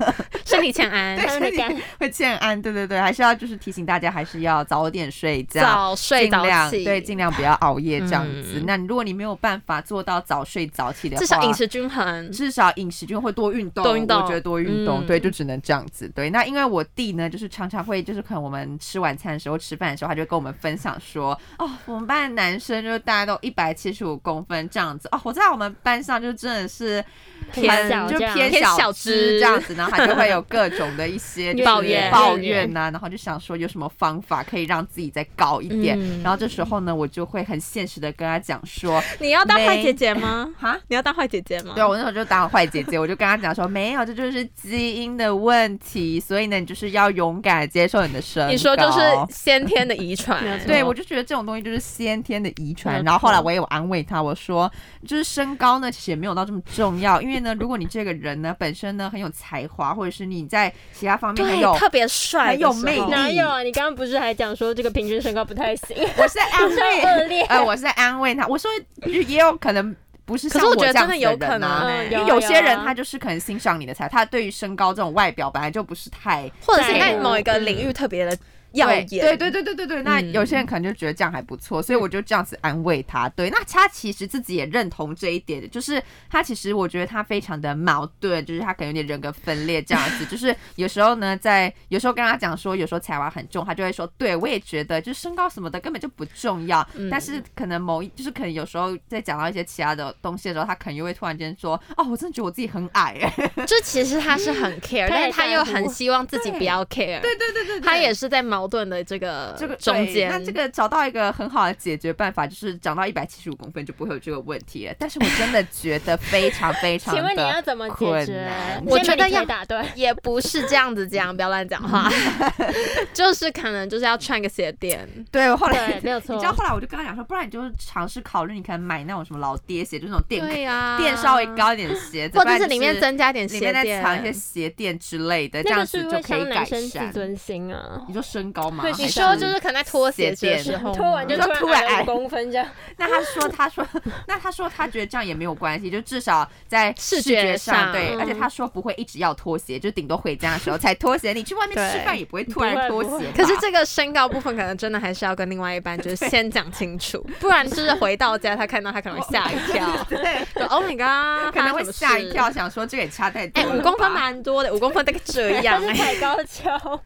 S1: 身体欠安，
S2: 对
S3: 他 们的肝
S2: 会欠安，对对对，还是要就是提醒大家，还是要早点睡觉，
S1: 早睡
S2: 尽
S1: 早
S2: 量
S1: 起，
S2: 对，尽量不要熬夜这样子。
S1: 嗯
S2: 那如果你没有办法做到早睡早起的话，
S1: 至少饮。食均衡。
S2: 至少饮食就会多运动，
S1: 多运动
S2: 我觉得多运动，
S1: 嗯
S2: 对，就只能这样子。对，那因为我弟呢，就是常常会，就是可能我们吃晚餐的时候、吃饭的时候，他就会跟我们分享说，哦，我们班的男生就是大家都一百七十五公分这样子，哦，我在我们班上就真的是
S3: 很小
S2: 就
S3: 这样
S2: 偏
S1: 偏
S2: 小
S1: 小
S2: 只
S1: 只
S2: 这样子，然后他就会有各种的一些就是
S1: 抱怨
S2: 抱怨啊呐、然后就想说有什么方法可以让自己再高一点。
S1: 嗯啊
S2: 然后这时候呢，我就会很现实的跟他讲说，
S1: 你要当
S2: 没
S1: 坏姐姐吗？
S2: 哈。
S1: 你要当坏姐姐吗？
S2: 对，我那时候就打坏姐姐，我就跟她讲说，没有，这就是基因的问题，所以呢，你就是要勇敢接受你的身高。
S1: 你说就是先天的遗传
S3: 没，有错
S2: 对，我就觉得这种东西就是先天的遗传。
S3: 没
S2: 然后后来
S3: 错
S2: 我也有安慰她，我说就是身高呢，其实也没有到这么重要，因为呢，如果你这个人呢本身呢很有才华，或者是你在其他方面很
S1: 对
S2: 有，
S1: 特别帅的时候，
S2: 很有魅力
S3: 哪有啊？你刚刚不是还讲说这个平均身高不太 行？
S2: 我是在安
S3: 太
S2: 慰，
S3: 恶劣。
S2: 呃，我是在安慰她，我说也有可能。不是
S1: 可
S2: 像
S1: 是我觉
S2: 这
S1: 得
S2: 样
S1: 真
S2: 子
S1: 的有
S2: 人
S1: 可能
S2: 啊
S1: 欸、
S3: 有
S2: 因
S3: 啊
S2: 为有些人他就是可能欣赏你的才，他对于身高这种外表本来就不是太
S1: 或者是
S3: 在
S1: 在嗯
S3: 乎
S1: 某一个领域特别的耀
S2: 对
S1: 眼，
S2: 对对对对对对，那
S1: 嗯
S2: 有些人可能就觉得这样还不错，所以我就这样子安慰他。对，那他其实自己也认同这一点，就是他其实我觉得他非常的矛盾，就是他可能有点人格分裂这样子，就是有时候呢，在有时候跟他讲说，有时候才华很重，他就会说，对我也觉得，就是身高什么的根本就不重要。
S1: 嗯
S2: 但是可能某一，就是可能有时候在讲到一些其他的东西的时候，他可能又会突然间说，哦，我真的觉得我自己很矮、 欸。
S1: 就其实他是 很 care，
S3: 他也
S1: 但是他又
S3: 在
S1: 很
S3: 乎
S1: 希望自己不要 care，
S2: 对对对对对，
S1: 他也是在矛盾的这个
S2: 这个
S1: 中
S2: 对
S1: 间。
S2: 那这个找到一个很好的解决办法，就是长到一百七十五公分就不会有这个问题了。但是我真的觉得非 常非常
S3: 请问你要
S2: 的，
S3: 怎么解
S2: 困
S3: 决
S2: 难？
S1: 我觉得要
S3: 要打断。
S1: 也不是这样子讲，不要乱讲 话， 就是可能就是要穿个鞋垫，
S2: 对我后
S3: 对
S2: 来，。
S3: 没有
S2: 你
S3: 错
S2: 知。道后来我就跟他讲说，不然你就尝试考虑，你可能买那种什么老爹鞋，就是那种垫
S1: 对
S3: 啊
S1: 呀，
S2: 垫稍微，高一点的鞋子，
S1: 或
S2: 不然
S1: 者是
S2: 就
S1: 里面增加一点
S2: 里
S1: 鞋
S2: 面再
S1: 垫，
S2: 藏一些鞋垫之类的，这
S3: 那
S2: 样
S3: 个
S2: 子
S3: 是
S2: 就
S3: 会
S2: 可以
S3: 伤
S2: 改
S3: 男生自
S2: 善。
S3: 尊心啊。
S2: 你说身高吗？
S3: 会
S2: 还
S1: 你
S3: 是
S1: 说就是可能在脱鞋子的
S2: 鞋
S1: 时
S2: 垫
S1: 候吗，
S3: 脱完就
S2: 你说
S3: 突
S2: 突然
S3: 然矮
S2: 矮
S3: 了公分 这样，
S2: 那他说，他说，那他说，他觉得这样也没有关系，就至少在
S1: 视
S2: 视
S1: 觉
S2: 觉
S1: 上
S2: 对，
S3: 嗯
S2: 而且他说不会一直要拖鞋，就顶多回家的时候才拖哎鞋。你去外面
S1: 对
S2: 吃饭也不会突然
S3: 不
S2: 拖
S3: 会
S2: 鞋 吧。，
S1: 可是这个身高部分可能真的还是要跟另外一半就是先讲清楚，不然就是回到家他看到他可能会吓一跳
S2: 对，
S1: 就 Oh my god，
S2: 可能
S1: 发生
S2: 会
S1: 什么
S2: 吓
S1: 事
S2: 一跳，。想说这个也差太 多
S1: 哎，
S2: 了吧。
S1: 五公分蛮多的，五公分大概这
S3: 但
S1: 样
S3: 是
S2: 欸
S1: 哎、
S3: 踩高 跷。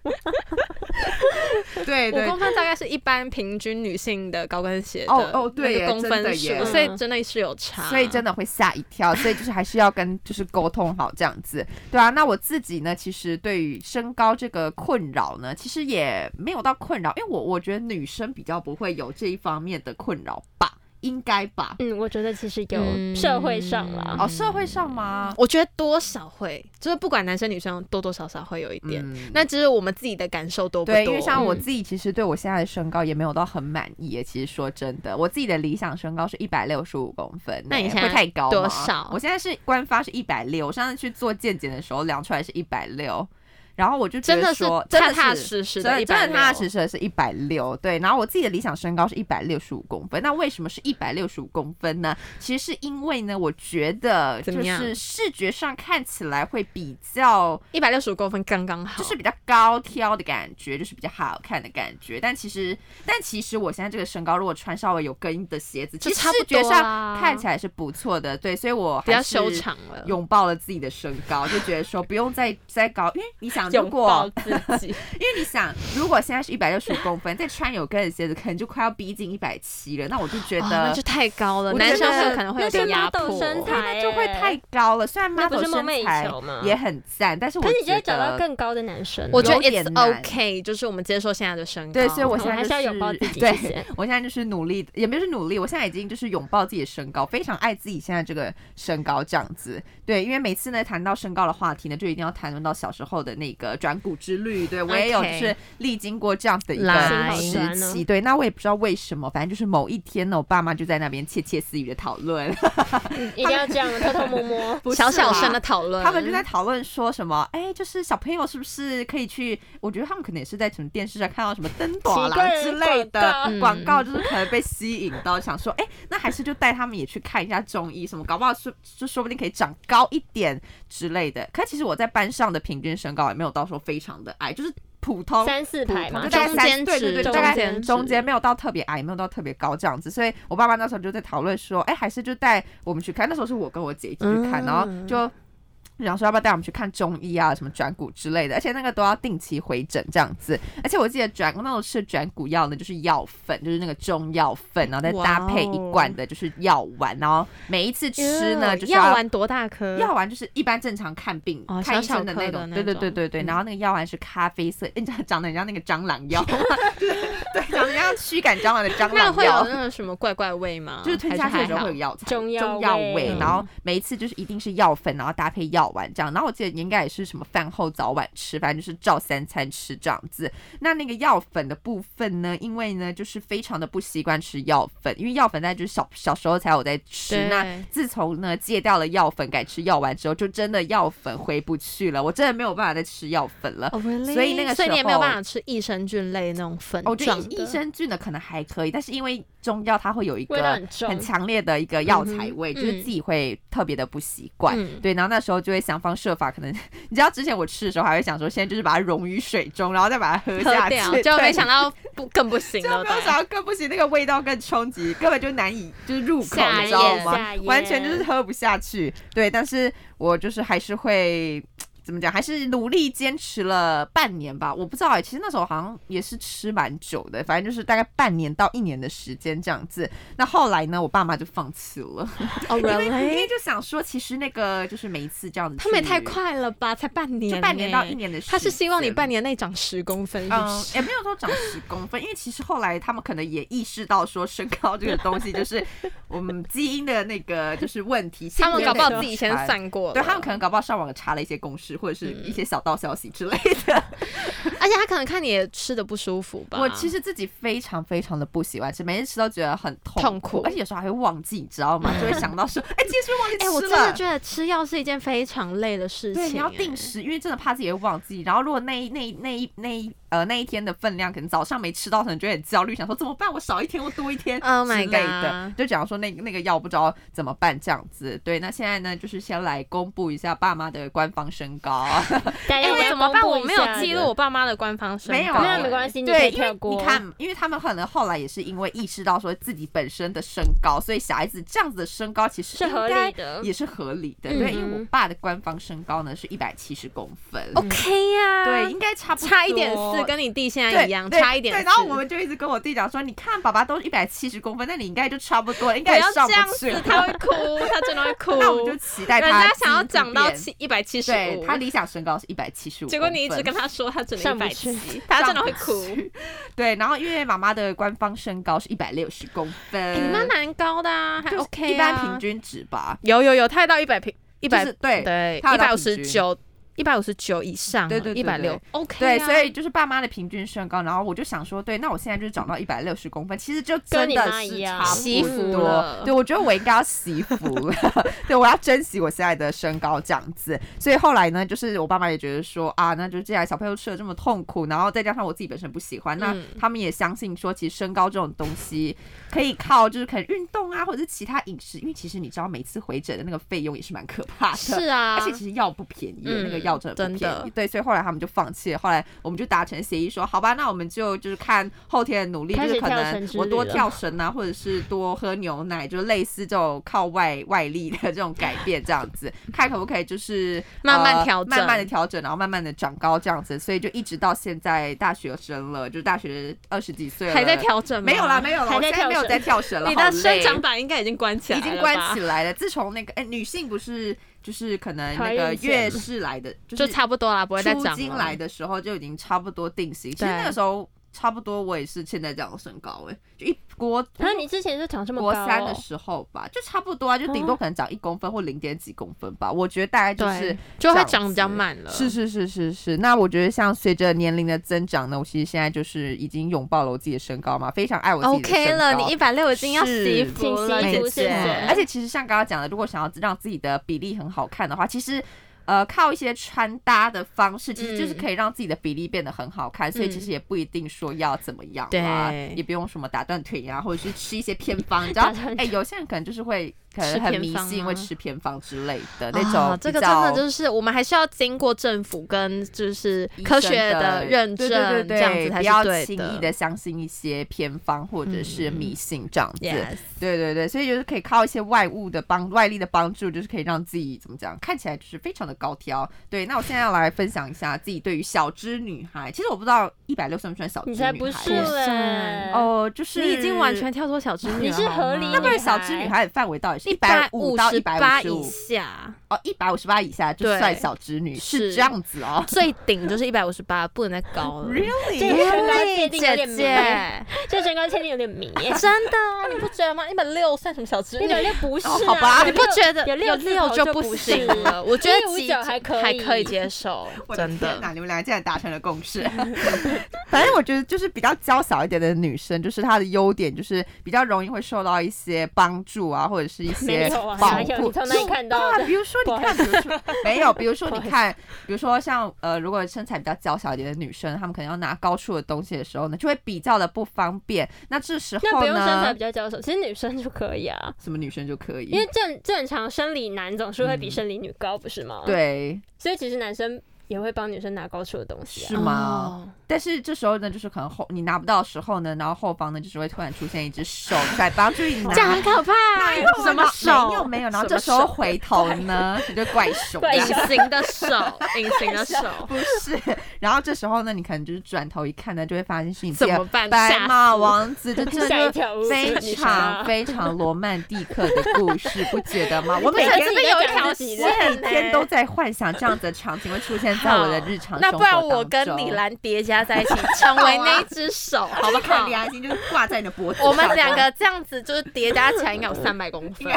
S2: 对
S1: 五
S2: 对
S1: 公分大概是一般平均女性的高跟鞋的
S2: 哦哦对
S1: 那个
S2: 耶
S1: 公
S2: 真的
S1: 分
S2: 耶
S1: 数，所以真的是有差，
S2: 所以真的会吓一跳，所以就是还是要跟就是沟通好这样子，对啊。那我自己呢，其实对于身高这个困扰呢，其实也没有到困扰，因为我我觉得女生比较不会有这一方面的困扰吧，应该吧。
S3: 嗯，我觉得其实有
S1: 嗯
S3: 社会上啦，
S2: 哦，社会上吗？
S1: 我觉得多少会，就是不管男生女生多多少少会有一点，
S2: 嗯
S1: 那只是我们自己的感受多不多。
S2: 对，因为像我
S1: 嗯
S2: 自己，其实对我现在的身高也没有到很满意耶。其实说真的，我自己的理想身高是一百六十五公分耶，
S1: 那你现
S2: 会
S1: 在
S2: 太高吗
S1: 多少
S2: 我现在是官方是一百六，我上次去做健检的时候量出来是一百六，然后我就觉
S1: 真
S2: 得
S1: 的是
S2: 说真
S1: 踏
S2: 的
S1: 踏
S2: 是
S1: 实实
S2: 真
S1: 的
S2: 的
S1: 160，
S2: 真的踏踏实实的是一百六，对。然后我自己的理想身高是一百六十五公分，那为什么是一百六十五公分呢？其实是因为呢，我觉得
S1: 怎
S2: 就
S1: 么样
S2: 是视觉上看起来会比较。
S1: 一百六十五公分刚刚好，
S2: 就是比较高挑的感觉，就是比较好看的感觉。但其实，但其实我现在这个身高，如果穿稍微有跟的鞋子，
S1: 就
S2: 其实
S1: 差不
S2: 视觉
S1: 多
S2: 上
S1: 啦
S2: 看起来是不错的。对，所以我
S1: 比较
S2: 还是
S1: 修长了，
S2: 拥抱了自己的身高，就觉得说不用再再高，因为你想，如
S1: 拥抱
S2: 果
S1: 自己，
S2: 因为你想，如果现在是一百六十五公分，再穿有跟的鞋子，可能就快要逼近一百七了。那我就觉
S1: 哦
S2: 得
S1: 那就。太高了，
S2: 我觉
S1: 男生
S2: 得
S1: 会有可能会有
S3: 那
S1: 点
S3: 是
S1: 压
S3: 那种身
S1: 迫
S2: 对，
S3: 材。
S2: 那就会太高了。虽然
S3: 那不
S2: model
S3: 是梦寐
S2: 身
S3: 以
S2: 材
S3: 求吗
S2: 也很赞，但是我
S3: 可是你就
S2: 觉
S3: 会找到
S2: 得
S3: 更高的男生啊。
S1: 我觉得
S2: 有点
S1: it's
S2: 难
S1: OK，就是我们接受现在的身高。
S2: 对，所以我现在
S3: 还
S2: 就是
S3: 要拥抱自己
S2: 对
S3: 一些，
S2: 我现在就是努力，也没有是努力，我现在已经就是拥抱自己的身高，非常爱自己现在这个身高这样子。对，因为每次呢谈到身高的话题呢，就一定要谈论到小时候的那个转骨之旅。对我也有就
S1: OK
S2: 是历经过这样的一
S1: 来
S2: 个
S3: 心好
S2: 时
S3: 酸哦
S2: 期。对，那我也不知道为什么，反正就是某一天呢，我爸妈就在那边窃窃私语的讨论，
S3: 一定要这样偷偷摸摸。
S2: 不是
S1: 小小
S2: 啦
S1: 声的讨论，
S2: 他们就在讨论说什么，哎、就是小朋友是不是可以去？我觉得他们可能也是在什么电视上看到什么灯短
S3: 奇怪
S2: 啦
S3: 的
S2: 之类
S3: 广
S2: 的
S1: 告
S2: 广告，就是可能被吸引到，想说，哎、那还是就带他们也去看一下中医什么，搞不好说就说不定可以长高一点之类的。可其实我在班上的平均身高也没有到说非常的矮，就是普通。
S3: 三四排嘛
S2: 就，大概
S1: 中
S2: 三
S1: 间
S2: 对对
S1: 值，
S2: 对，
S3: 中
S2: 大概
S1: 间
S2: 中
S1: 值
S2: 间没有到特别矮，没有到特别高这样子，所以我爸爸那时候就在讨论说，哎、还是就带我们去看。那时候是我跟我姐一起去看，
S1: 嗯
S2: 然后就。然后说要不要带我们去看中医啊，什么转骨之类的，而且那个都要定期回诊这样子。而且我记得转那时候吃的转骨药呢，就是药粉，就是那个中药粉，然后再搭配
S1: 哦
S2: 一罐的就是药丸，然后每一次吃呢，就是
S1: 药
S2: 要
S1: 丸多大颗？
S2: 药丸就是一般正常看病、
S1: 哦
S2: 看医
S1: 小小
S2: 生的那
S1: 颗的
S2: 种，
S1: 那
S2: 对对
S1: 种
S2: 对对对。
S1: 嗯
S2: 然后那个药丸是咖啡色，哎人家长得很像那个蟑螂药， 对，长得像驱赶蟑螂的蟑
S1: 那
S2: 螂
S1: 会有
S2: 药。
S1: 那个什么怪怪味吗？
S2: 就是吞下去的时
S1: 还是
S2: 候会有
S1: 还好
S2: 药材、
S3: 中药
S2: 中药
S3: 味
S2: 味，然后每一次就是一定是药粉，然后搭配药丸这样。然后我记得你应该也是什么饭后早晚吃，反正就是照三餐吃这样子。那那个药粉的部分呢，因为呢就是非常的不习惯吃药粉，因为药粉在就是小小时候才有在吃，
S1: 对
S2: 那自从呢戒掉了药粉，改吃药丸之后，就真的药粉回不去了，我真的没有办法再吃药粉了。
S1: 哦 really？
S2: 所以那个
S1: 所以你也
S2: 时
S1: 没有
S2: 候
S1: 办法吃益生菌类那种粉
S2: 哦我觉得
S1: 状
S2: 益益
S1: 的。
S2: 生菌的可能还可以，但是因为中药它会有一
S3: 味道
S2: 个
S3: 很重
S2: 很强烈的一个药材味，
S1: 嗯哼
S2: 就是自己会特别的不习惯。
S1: 嗯
S2: 对，然后那时候就会想方设法，可能 你知道之前我吃的时候还会想说，现在就是把它溶于水中，然后再把它喝下
S1: 喝
S2: 去。
S1: 掉，
S2: 对
S1: 就没想到不更不行
S2: 就
S1: 了，
S2: 没有
S1: 对
S2: 想到更不行，那个味道更冲击，根本就难以就是入口，
S1: 下
S2: 你知道
S1: 咽
S2: 吗
S3: 下？咽
S2: 完全就是喝不下去。对，但是我就是还是会。怎么讲？还是努力坚持了半年吧。我不知道哎、其实那时候好像也是吃蛮久的，反正就是大概半年到一年的时间这样子。那后来呢，我爸妈就放弃了，
S1: 哦
S2: 因为因为
S1: ，really？
S2: 就想说，其实那个就是每一次这样子去，
S1: 他们也太快了吧，才半年，
S2: 就半年到一。年的时间。
S1: 他是希望你半年内长十公分，是不
S2: 嗯，
S1: 是？
S2: 也没有说长十公分，因为其实后来他们可能也意识到说身高这个东西 就是我们基因的那个就是问题，
S1: 他们
S2: 先
S1: 搞
S2: 天
S1: 不
S2: 的
S1: 好自己先
S2: 遗传。
S1: 算过了，嗯
S2: 对他们可能搞不好上网查了一些公式或者是一些小道消息之类的。
S1: 而且他可能看你也吃的不舒服吧。
S2: 我其实自己非常非常的不喜欢吃，每次吃都觉得很痛
S1: 痛苦
S2: 而且有时候还会忘记，你知道吗？ 就会想到说，哎、今天是不是忘记吃
S1: 哎、
S2: 了？
S1: 我真的觉得吃药是一件非常累的事情、
S2: 对，你要定
S3: 欸
S1: 哎
S2: 时，因为真的怕自己会忘记。然后如果那一那一那一那一呃那一天的分量，可能早上没吃到，可能就会很焦虑，想说怎么办？我少一天，我多一 天
S1: Oh my
S2: 之类的。
S1: god
S2: 就假如说那个那个药不知道怎么办这样子。对，那现在呢，就是先来公布一下爸妈的官方身高。
S3: 大
S1: 哎、
S3: 家
S1: 我怎么办？我没有记
S3: 记
S1: 录我爸妈的官方身高，
S2: 没有
S3: 没有没关系 你可
S2: 对，
S3: 以
S2: 因为
S3: 跳过
S2: 你看，因为他们可能后来也是因为意识到说自己本身的身高，所以小孩子这样子的身高其实
S3: 是合
S2: 应该
S3: 理的
S2: 也是合理的。
S3: 嗯
S2: 对，因为我
S3: 哼
S2: 爸的官方身高呢是一百七十公分。
S1: OK 呀、
S3: 啊
S2: 对，，应该差不多
S1: 差一点四，跟你弟现在
S2: 对
S1: 一样，
S2: 对
S1: 差一点
S2: 对，
S1: 四。
S2: 然后我们就一直跟我弟讲说，你看爸爸都一百七十公分，那你应该就差不多，应
S1: 不
S2: 该也
S1: 要
S2: 上
S1: 这样
S2: 不去
S1: 子
S2: 了，。
S1: 他会哭，他真的会哭。
S2: 那我们就期待
S1: 人
S2: 他
S1: 家想要
S2: 进一
S1: 长
S2: 步
S1: 到
S2: 变。
S1: 七一百七十
S2: 对
S1: 五，
S2: 他理想身高是一百七十五，
S1: 结果你一直跟他说他只能
S3: 上
S1: 一
S3: 不
S1: 百
S3: 去
S1: 七，他真的会哭。
S2: 对，然后因为妈妈的官方身高是一百六十公
S1: 哎你
S2: 分，
S1: 妈蛮高的啊，还
S2: 嗯就是
S1: OK 啊
S2: 一般平均值吧，
S1: 有有有，他也到一百平一
S2: 就
S1: 百
S2: 是对
S1: 对
S2: 他
S1: 一
S2: 有
S1: 百
S2: 到
S1: 五
S2: 平
S1: 十
S2: 均
S1: 九一百五十九以上，啊
S2: 对对
S1: 一
S2: 对
S1: 百
S2: 对
S1: 六 OK
S2: 对，
S1: 啊
S2: 所以就是爸妈的平均身高，然后我就想说，对，那我现在就是长到一百六十公分，其实就真
S3: 跟你
S2: 的
S3: 妈一
S2: 是
S3: 样
S2: 差
S1: 惜
S2: 不
S1: 福
S2: 多
S1: 了。
S2: 对，我觉得我应该要惜福， 对我要珍惜我现在的身高这样子。所以后来呢，就是我爸妈也觉得说啊，那就既然小朋友吃的这么痛苦，然后再加上我自己本身不喜欢，那
S1: 嗯
S2: 他们也相信说，其实身高这种东西可以靠就是可能运动啊，或者是其他饮食，因为其实你知道每次回诊的那个费用也是蛮可怕的。
S1: 是啊，
S2: 而且其实药不便宜，
S1: 嗯
S2: 那个药真的不
S1: 真
S2: 便宜
S1: 的。
S2: 对，所以后来他们就放弃了。后来我们就达成协议说，好吧，那我们就就是看后天的努力，就
S3: 开始
S2: 是可
S3: 跳绳
S2: 能
S3: 之
S2: 我
S3: 旅
S2: 多
S3: 了
S2: 跳绳啊，或者是多喝牛奶，就类似这种靠外外力的这种改变，这样子看可不可以就是
S1: 慢慢
S2: 呃
S1: 调整
S2: 慢慢的调整，然后慢慢的长高这样子。所以就一直到现在大学生了，就大学二十几岁了，
S1: 还在调整吗，
S2: 没有啦，没有啦，
S3: 还
S2: 我
S3: 在
S2: 现在没有
S3: 跳
S2: 在
S3: 绳
S2: 跳绳了，
S1: 你
S2: 好
S1: 的
S2: 累
S1: 生长板应该已经关起来
S2: 已
S1: 了吧，
S2: 经关起来了。自从那个哎、女性不是就是可能那
S3: 怀
S2: 个
S3: 孕前
S2: 月事来的，
S1: 就是差不多啦，不会再
S2: 出
S1: 长了
S2: 经来的时候就已经差不多定型。其实
S1: 对
S2: 那个时候差不多，我也是现在这样的身高、哎，就一国
S3: 那啊你之前是长这么
S2: 国
S3: 高、
S2: 三的
S3: 哦？
S2: 时候吧，就差不多啊，就顶多可能长一公分或零点几公分吧。我觉得大概就
S1: 对
S2: 是
S1: 就
S2: 这
S1: 会
S2: 样
S1: 长比较
S2: 子
S1: 慢了，
S2: 是是是是是，那我觉得像随着年龄的增长呢，我其实现在就是已经拥抱了我自己的身高嘛，非常爱我自己的
S1: OK
S2: 身
S1: 了，
S2: 高
S1: 你一百六已经要惜福了，
S3: 是
S1: 姐
S2: 没
S3: 幸
S2: 错
S3: 福
S1: 姐
S3: 是。
S2: 而且其实像刚刚讲的，如果想要让自己的比例很好看的话，其实。呃，靠一些穿搭的方式，其实就是
S1: 嗯
S2: 可以让自己的比例变得很好看，所以其实也不一定说要怎么样啦，
S1: 对
S2: 也不用什么打断腿啊呀、或者是吃一些偏方，你知道
S3: 打断？
S2: 哎、有些人可能就是会可
S1: 吃
S2: 能很
S1: 偏
S2: 迷
S1: 方
S2: 信，
S1: 吗
S2: 会吃偏方之类的、那
S1: 啊
S2: 种。
S1: 这个真的就是我们还是要经过政府跟就是
S2: 医
S1: 科
S2: 生
S1: 学的认证，
S2: 对对对对
S1: 这样子才
S2: 不
S1: 是
S2: 要
S1: 对嗯
S2: 轻易的相信一些偏方或者是迷信这样子。
S1: Yes，
S2: 对对对，所以就是可以靠一些外物的帮外力的帮助，就是可以让自己怎么讲，看起来就是非常的高挑。对，那我现在要来分享一下自己对于小只女孩，其实我不知道一百六算不算小只
S3: 你
S2: 女孩
S3: 才，不是
S1: 不
S3: 嘞
S1: 算！
S2: 哦，就是
S1: 你已经完全跳脱小侄女
S3: 你
S1: 了，
S3: 是合理
S1: 好吗
S2: 那不
S3: 女
S2: 然小只女孩的范围到底是
S1: 一
S2: 一
S1: 百
S2: 百
S1: 五
S2: 五到
S1: 十
S2: 一
S1: 八
S2: 百
S1: 以
S2: 五十五
S1: 下，
S2: 哦，一百五十八以下就
S1: 对
S2: 算小只女
S1: 是
S2: 是这样子哦。
S1: 最顶就是一百五十八，不能再高了。
S3: 这个
S2: Really？
S3: 身高界
S1: 对，
S3: 定有点
S1: 姐
S3: 迷，
S1: 姐，
S3: 这身高界定有点迷。
S1: 真的啊，你不觉得吗？一百六算什么小侄
S3: 一
S1: 女？
S3: 百六不是、啊
S2: 哦好吧
S1: 你不觉得
S3: 有
S1: 六
S3: 六字头
S1: 就
S3: 就不
S1: 不
S3: 是
S1: 行了？我觉得
S3: 159
S1: 及格
S3: 还可以
S1: 还可以接受，
S2: 我的
S1: 真
S2: 天
S1: 的。
S2: 哪！你们俩竟然达成了共识。 反正我觉得就是比较娇小一点的女生，就是她的优点就是比较容易会受到一些帮助啊，或者是一
S3: 没
S2: 些
S3: 有啊，
S2: 保
S3: 哪有？
S2: 护
S3: 你。从哪里看到
S2: 啊
S3: 的？
S2: 比如说你看，比如说没有，比如 说你看，比如说像呃，如果身材比较娇小一点的女生，她们可能要拿高处的东西的时候呢，就会比较的不方便。那这时
S3: 那
S2: 候
S3: 不用身材
S2: 呢
S3: 比，较娇小，其实女生就可以啊，
S2: 什么女生就可以，
S3: 因为正正常生理男总是会比生理女高，不是吗？，
S2: 对，
S3: 所以其实男生也会帮女生拿高处的东西
S2: 是
S3: 啊。
S2: 吗？
S1: 哦
S2: 但是这时候呢，就是可能后你拿不到的时候呢，然后后方呢就是会突然出现一只 手在帮助
S3: 哦
S2: 你拿。
S1: 这样很可怕、
S2: 哪有
S1: 什么手？
S2: 没有没有，然后
S1: 什么
S2: 这时候
S1: 手
S2: 回头呢，你就怪手，
S3: 怪
S1: 隐
S3: 手
S1: 形的手，隐形的手，
S2: 不是，然后这时候呢，你可能就是转头一看呢，就会发现是你
S1: 怎
S2: 自己
S1: 么
S2: 的
S1: 办？
S2: 白
S1: 吓
S2: 马王子，这真
S3: 吓一
S2: 的
S3: 跳
S2: 是非常非常罗曼蒂克的故事，不觉 得吗？我们
S3: 每
S2: 每
S3: 天
S2: 天
S3: 自己
S1: 有
S3: 在
S1: 一
S3: 讲
S1: 条
S3: 自己
S1: 线
S2: 我每
S1: 呢
S2: 天都在幻想这样子的场景会出现在我的日常
S1: 那
S2: 生
S1: 不
S2: 活
S1: 然我
S2: 当
S1: 跟
S2: 中
S1: 李。兰叠加在一起，成为那一只 手，好不
S2: 看
S1: 好
S2: 李？安心就是挂在你的脖子上。
S1: 我们两个这样子就是叠加起来应该有三百公分，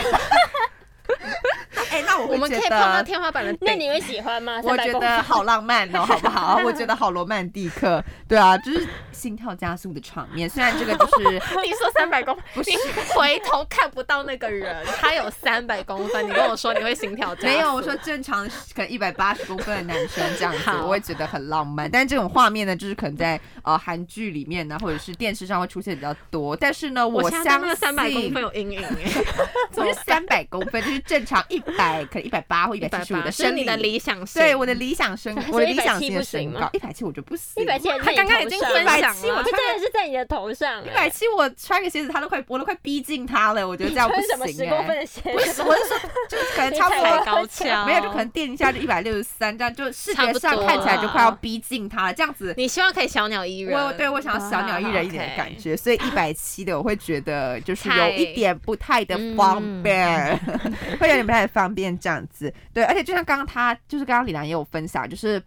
S2: 哎，那我
S1: 我
S2: 会
S1: 们可
S2: 觉
S1: 以
S2: 得
S1: 碰到天花板的顶。
S3: 那你会喜欢吗？
S2: 我觉得好浪漫哦，好不好？我觉得好罗曼蒂克，对啊，就是心跳加速的场面。虽然这个 就是
S1: 你说三百公分，
S2: 不是
S1: 你回头看不到那个 人，他有三百公分，你跟我说你会心跳加速
S2: 没有，我说正常可能一百八十公分的男生这样子，
S1: 好
S2: 我会觉得很浪漫。但这种画面呢，就是可能在呃韩剧里面呢，或者是电视上会出现比较多。但是呢，
S1: 我现在对
S2: 相
S1: 那
S2: 信
S1: 个三百公分有阴影哎，
S2: 不是三百公分，就是正常一百，可能一百八或一百七十五的
S1: 是
S2: 生
S1: 你的
S2: 理。
S1: 理想型。
S2: 对我的理想身，我的理想型的
S3: 所以170
S2: 身
S3: 不行
S2: 高
S3: 吗
S2: 一百七我就不行，
S3: 一百七，
S1: 他刚刚已经分
S2: 享
S1: 享
S2: 了
S1: 了
S3: 这，真的是在你的头上
S2: 一
S3: 欸。
S2: 百七我穿个鞋子他都快我都快逼近他了，我觉得这样不
S3: 穿什么十
S2: 行
S1: 欸
S3: 公分
S2: 哎、
S3: 的鞋
S2: 不是，我是 说就是可能差不多
S1: 太高跷，
S2: 没有，就可能垫一下就一百六十三，这样就视
S1: 差
S2: 觉
S1: 不
S2: 上
S1: 多
S2: 看起来就快要
S1: 了
S2: 逼近他了。这样子，
S1: 你希望可以小鸟依人。
S2: 我对我想要小鸟依人一点的感觉，所以一百七的我会觉得就是有
S1: 太嗯
S2: 一点不太的方便， 会有点不太方便这样子。对，而且就像刚刚他就是刚刚李兰也有分享，就是。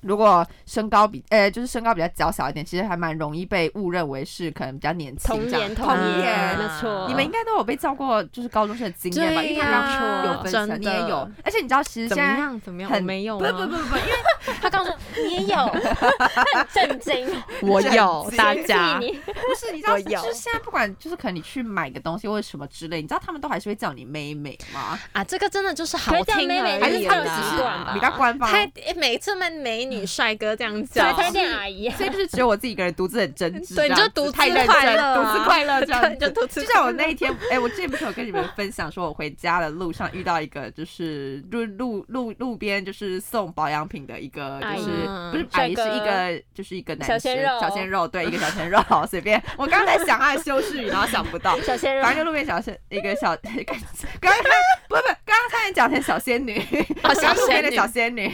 S2: 如果身高比呃，就是身高比较娇小一点，其实还蛮容易被误认为是可能比较年轻
S3: 童
S1: 啊
S2: 这样
S3: 颜，
S2: 童
S1: 童
S3: 颜，啊
S1: 颜
S3: 没错。
S2: 你们应该都有被照过，就是高中生的经验吧？因
S1: 对
S2: 为他刚
S1: 呀
S2: 刚有分享，
S1: 真
S2: 你
S1: 的
S2: 也有。而且你知道，其实
S1: 怎
S2: 现
S1: 么
S2: 在
S1: 样？怎么样？我
S2: 很
S1: 没有啊
S2: 不不
S1: 吗？
S2: 不不，因为
S3: 他告诉我你 也有，很震惊，哦
S1: 我有，
S2: 不
S1: 大
S3: 生气
S1: 家哦
S3: 你
S2: 不是，你知道，
S1: 我
S2: 就
S1: 有
S2: 是现在不管就是可能你去买个东西或者什么之类，你知道他们都还是会叫你妹妹吗？
S1: 啊，这个真的就是好
S3: 可是这样
S1: 听
S3: 妹妹
S1: 而
S2: 还是
S1: 已
S2: 他们
S1: 哎啦
S2: 只
S3: 习惯吧
S2: 是比较官方？
S1: 太诶每次们美女帅哥这样
S3: 怎
S1: 叫
S3: 么，推荐阿姨？
S2: 所以就是只有我自己一个人独自很真挚，
S1: 对，你就独自
S2: 太认
S1: 快
S2: 真，
S1: 乐啊，
S2: 独自快乐这样
S1: 对
S2: 子
S1: 你就独自
S2: 就
S1: 快乐。
S2: 像我那一天，哎、我之前不是有跟你们分享，说我回家的路上遇到一个，就是路路路路边就是送保养品的一个，
S3: 阿
S2: 就
S1: 哎
S3: 姨
S2: 是、不是阿
S3: 帅
S2: 姨
S3: 哥
S2: 是一个就是一个男
S3: 小鲜
S2: 生
S3: 肉
S2: 小鲜肉，对，一个小鲜肉， 随便。我刚才想他的修饰语，然后想不到，
S3: 小鲜肉
S2: 反正就路边小鲜一个小，刚刚不不，刚刚差点讲成小仙女，
S1: 哦小仙女
S2: 路边的小仙女，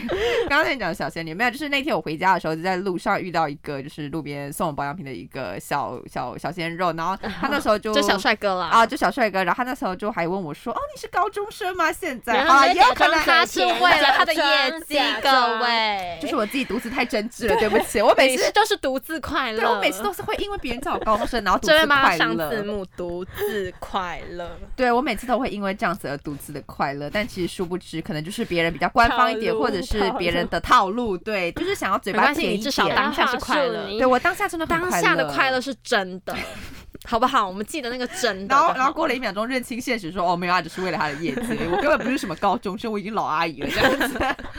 S2: 刚刚差点讲成小仙女，没有，就是那天我回家的时候，就在路上遇到一个就是路边送我保养品的一个小小小鲜肉，然后他那时候就
S1: 就小帅哥啦，
S2: 啊，就小帅哥，然后他那时候就还问我说，哦，你是高中生吗？现在
S3: 然后
S2: 啊，
S3: 你
S2: 也
S3: 在
S2: 有可
S3: 假装
S1: 他
S2: 能
S3: 他
S1: 是
S3: 是
S1: 为
S3: 为
S1: 了
S3: 了
S1: 他
S3: 他
S1: 的
S3: 的
S1: 业
S3: 业
S1: 绩
S3: 绩，
S1: 各
S3: 各
S1: 位，
S2: 就是我自己独自太真挚了，对不起，我每
S1: 每
S2: 次
S1: 次。都是独自快乐，
S2: 对，我每次都是会因为别人叫我高中生，然后独
S1: 这
S2: 自
S1: 边帮
S2: 快
S1: 他上
S2: 乐。
S1: 字幕，独自快乐。
S2: 对我每次都会因为这样子而独自的快乐，但其实殊不知，可能就是别人比较官方一点，
S3: 套路
S2: 或者是别人的套路， 对，就是想要嘴
S1: 没
S2: 巴
S1: 关系
S2: 甜一
S1: 你至少
S2: 点。
S1: 当下是快乐
S2: 对我当下真的很
S1: 当
S2: 快
S1: 下的快乐。是真 的，好不好？我们记得那个真的。
S2: 然后，然后过了一秒钟，认清现实，说：“哦，没有啊，只是为了他的业绩，我根本不是什么高中生，我已经老阿姨了。”这样子，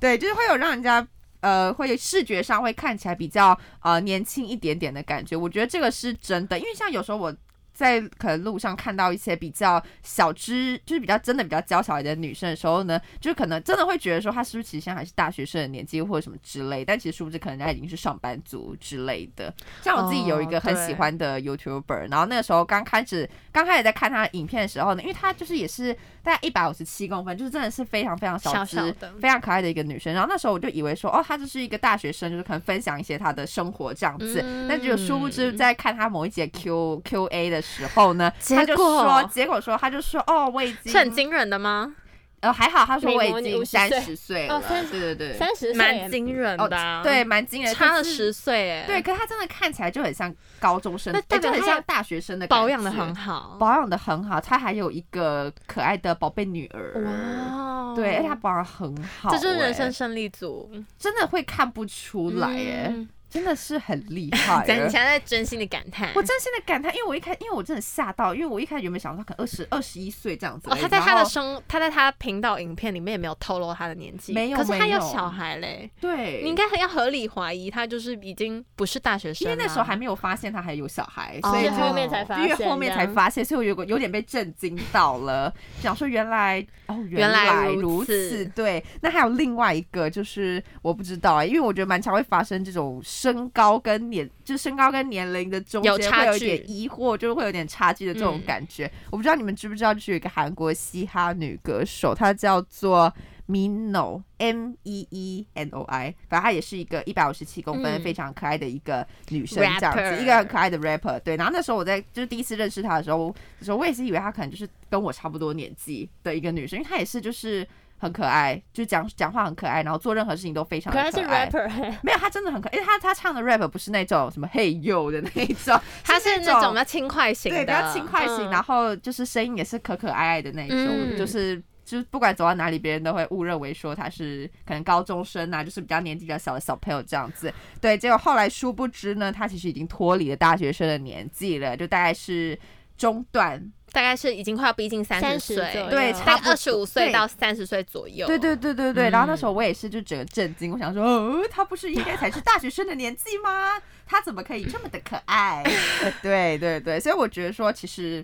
S2: 对，就是会有让人家呃，会有视觉上会看起来比较呃年轻一点点的感觉。我觉得这个是真的，因为像有时候我在可能路上看到一些比较小只，就是比较真的比较娇小一点的女生的时候呢，就是可能真的会觉得说她是不是其实现在还是大学生的年纪或者什么之类，但其实殊不知可能人家已经是上班族之类的。像我自己有一个
S1: 哦
S2: 很喜欢的 YouTuber，、然后那个时候刚开始刚开始在看他的影片的时候呢，因为他就是也是大概一百五十七公分，就是真的是非常非常
S1: 小
S2: 只，
S1: 小的
S2: 非常可爱的一个女生。然后那时候我就以为说，哦，她就是一个大学生，就是可能分享一些她的生活这样子。
S1: 嗯
S2: 但只有殊不知，在看她某一节 Q Q A 的时候呢，她就
S1: 结果
S2: 说，结果说，她就说，哦，我已经
S1: 是很惊人的吗？
S2: 呃，还好，她说我已
S3: 美
S2: 经
S3: 魔女
S2: 三
S3: 50
S2: 十岁了，
S3: 哦30
S2: 对对对，
S3: 三十岁
S1: 蛮惊人的啊、
S2: 哦，对，蛮惊人的，
S1: 差了
S2: 就是。
S1: 十岁哎。
S2: 对，，可是她真的看起来就很像高中生，哎
S1: 那代表
S2: 就很
S1: 她
S2: 像大学生的感
S1: 保养的
S2: 觉
S1: 很好。
S2: 保养的很好，她还有一个可爱的宝贝女儿。
S1: 哇
S2: 对，而且她保养很好、
S1: 哎这就是人
S2: 欸
S1: 生胜利组
S2: 真的会看不出来耶。哎
S1: 嗯
S2: 真的是很 厉害哎
S1: 讲你现在真心的感叹
S2: 我，真心的感叹，因为我一开，因为我真的吓到，因为我一开始原本想说他可能二十二十一岁这样子而
S1: 哦，
S2: 已，
S1: 他在他的
S2: 然后
S1: 生，他在他频道影片里面也没有透露他的年纪，
S2: 没有
S1: 可是他
S2: 没
S1: 有
S2: 有嗯
S1: 小孩嘞，
S2: 对，
S1: 你应该很要合理怀疑他就是已经不是大学生啊
S2: 因
S1: 啦，
S2: 为那时候还没有发现他还有小孩，所以
S1: 是
S2: 就
S1: 后面
S3: 才发
S2: 越
S3: 现
S2: 后面
S3: 这
S2: 才
S3: 样
S2: 发现，所以我有个有点被震惊到了，想说原来哦
S1: 原来
S2: 来
S1: 如
S2: 如
S1: 此
S2: 对。那还有另外一个就是我不知道啊，因为我觉得蛮常会发生这种身高跟年，就是身高跟年龄的中
S1: 有
S2: 间
S1: 差
S2: 会有一
S1: 距
S2: 点疑惑，就是会有点差距的这种
S1: 嗯
S2: 感觉。我不知道你们知不知道，就是有一个韩国嘻哈女歌手，她叫做 Mino M E E N O I，反正她也是一个一百五十七公分、
S1: 嗯
S2: 非常可爱的一个女生，这样
S1: Rapper
S2: 子一个很可爱的 rapper。对，然后那时候我在就是第一次认识她的时候，的时候我也是以为她可能就是跟我差不多年纪的一个女生，因为她也是就是很可爱，就讲讲话很可爱，然后做任何事情都非常
S3: 可
S2: 的
S3: 他是
S2: 可
S1: 哎
S2: 爱。
S3: rapper，欸
S2: 没有，她真的很可爱，因为她她唱的 rap 不是那种什么嘿呦的那一种，
S1: 他是那
S2: 那
S1: 种比较轻快型的，
S2: 对，比较轻快型，
S3: 嗯
S2: 然后就是声音也是可可爱爱的那一种，
S1: 嗯
S2: 就是。就是不管走到哪里，别人都会误认为说他是可能高中生啊，就是比较年纪比较小的小朋友这样子。对，结果后来殊不知呢，他其实已经脱离了大学生的年纪了，就大概是中段。
S1: 大概是已经快要逼近三
S3: 30
S1: 岁，
S3: 左右
S2: 对，
S3: 大
S2: 差
S1: 大
S2: 不
S1: 概
S2: 多
S1: 二十五岁
S2: 对
S1: 到三十岁左右。
S2: 对对对对对，然后那
S1: 嗯
S2: 时候我也是就整个震惊，我想说，哦，他不是应该才是大学生的年纪吗？他怎么可以这么的可爱？ 对对对，所以我觉得说，其实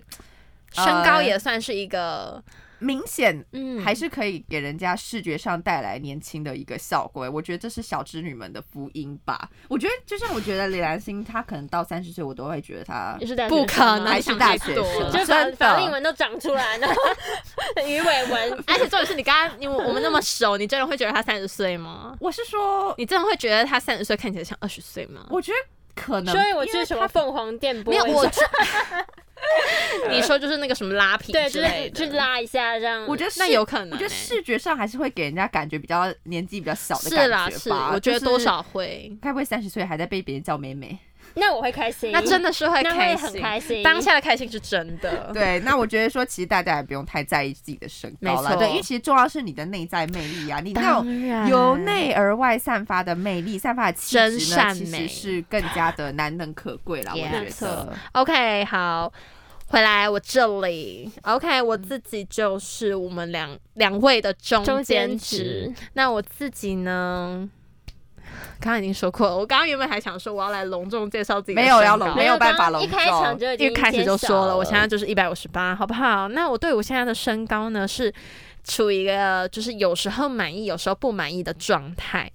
S1: 身
S2: 呃
S1: 高也算是一个，
S2: 明显
S1: 嗯，
S2: 还是可以给人家视觉上带来年轻的一个效果。我觉得这是小织女们的福音吧。我觉得就像我觉得李兰心，她可能到三十岁，我都会觉得她
S3: 你。是大学
S1: 不
S3: 生吗
S1: 可能
S2: 还是大
S1: 想太
S2: 学生，
S1: 多
S3: 啊就把
S2: 真
S3: 法令
S2: 的。
S3: 纹都长出来，然后鱼尾 纹，
S1: 而且重点是你刚刚，因为我们那么熟，你真的会觉得他三十岁吗？
S2: 我是说，
S1: 你真的会觉得他三十岁看起来像二十岁吗？
S2: 我觉得可能，
S3: 所以我
S2: 因
S3: 去
S2: 为
S3: 什
S2: 她
S3: 么凤凰电波
S1: 没
S3: 一
S1: 有，
S3: 下，
S1: 我 你说就是那个什么拉皮
S3: 对，
S1: 之
S3: 就是
S1: 类
S3: 去
S1: 的，
S3: 拉一下这样。
S2: 我觉得
S1: 那
S2: 视
S1: 有可能欸
S2: 我觉得视觉上还是会给人家感觉比较年纪比较小的
S1: 是啦，
S2: 感
S1: 是，
S2: 觉吧。
S1: 我觉得
S2: 就是
S1: 多，少会，
S2: 该不会三十岁还在被别人叫妹妹？
S3: 那我会开心，
S1: 那真的是会
S3: 那
S1: 开
S3: 会很
S1: 心，
S3: 开心，
S1: 当下的开心是真的，
S2: 对，那我觉得说，其实大家也不用太在意自己的身高
S1: 没
S2: 了，
S1: 错
S2: 对，因为其实重要是你的内在魅力啊，你那
S1: 当
S2: 种
S1: 然
S2: 由内而外散发的魅力，散发的气
S1: 哎真
S2: 质呢，
S1: 善
S2: 其
S1: 美
S2: 实是更加的难能可贵啦。我
S1: Yeah，没
S2: 觉
S3: 错
S2: 得，
S1: OK，好，回来我这里。OK，我自己就是我们两两位的中
S3: 嗯中
S1: 间
S3: 间
S1: 值
S3: 值。
S1: 那我自己呢？刚刚已经说过了，我刚刚原本还想说我要来隆重介绍自己的
S2: 没有
S1: 身
S2: 要
S1: 高
S2: 隆
S3: 没
S2: 有办法
S3: 刚刚一
S2: 隆
S3: 开场
S2: 重
S3: 就已经
S1: 一开始就
S3: 揭
S1: 说
S3: 晓
S1: 了，
S3: 了，
S1: 我现在就是一百五十八，好不好？那我对我现在的身高呢，是处于一个就是有时候满意，有时候不满意的状态。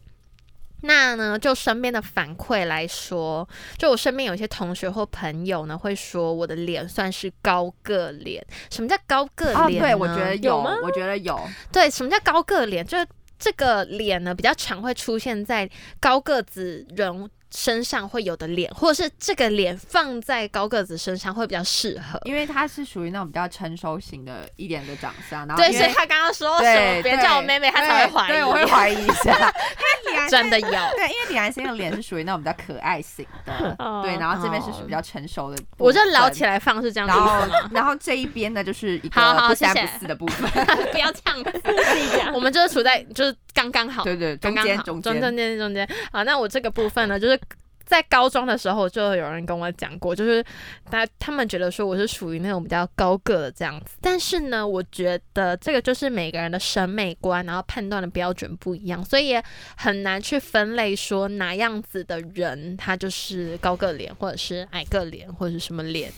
S1: 那呢，就身边的反馈来说，就我身边有一些同学或朋友呢，会说我的脸算是高个脸。什么叫高个
S2: 啊，
S1: 脸呢、
S2: 对，我觉得有，
S3: 有吗
S2: 我觉得有，
S1: 对，什么叫高个脸？就是这个脸呢，比较常会出现在高个子人身上会有的脸，或者是这个脸放在高个子身上会比较适合。
S2: 因为他是属于那种比较成熟型的一点的长相，然后
S1: 对，
S2: 因
S1: 所
S2: 为
S1: 以他刚刚说什么
S2: 对，
S1: 别
S2: 对
S1: 叫我妹妹，他才会
S2: 对
S1: 怀疑。
S2: 对，我会怀疑一 下，因为李安
S1: 真的有。
S2: 对，因为李兰心的脸是属于那种比较可爱型的
S3: 哦，
S2: 对，然后这边是属于比较成熟的，
S1: 我这聊起
S2: 来，
S1: 来放是这样子
S2: 然后
S1: 吗？
S2: 然后这一边呢就是一
S1: 好好
S2: 个不三
S1: 谢谢
S2: 不四的部分，
S1: 不要这样 子，
S3: 自己 讲
S1: 我们就是处在就是刚刚好，
S2: 对对，
S1: 刚
S2: 中
S1: 刚
S2: 间
S1: 好，
S2: 中
S1: 中
S2: 间
S1: 中间中间。好，那我这个部分呢，就是在高中的时候就有人跟我讲过，就是他他们觉得说我是属于那种比较高个的这样子，但是呢，我觉得这个就是每个人的审美观，然后判断的标准不一样，所以也很难去分类说哪样子的人他就是高个脸，或者是矮个脸，或者是什么脸，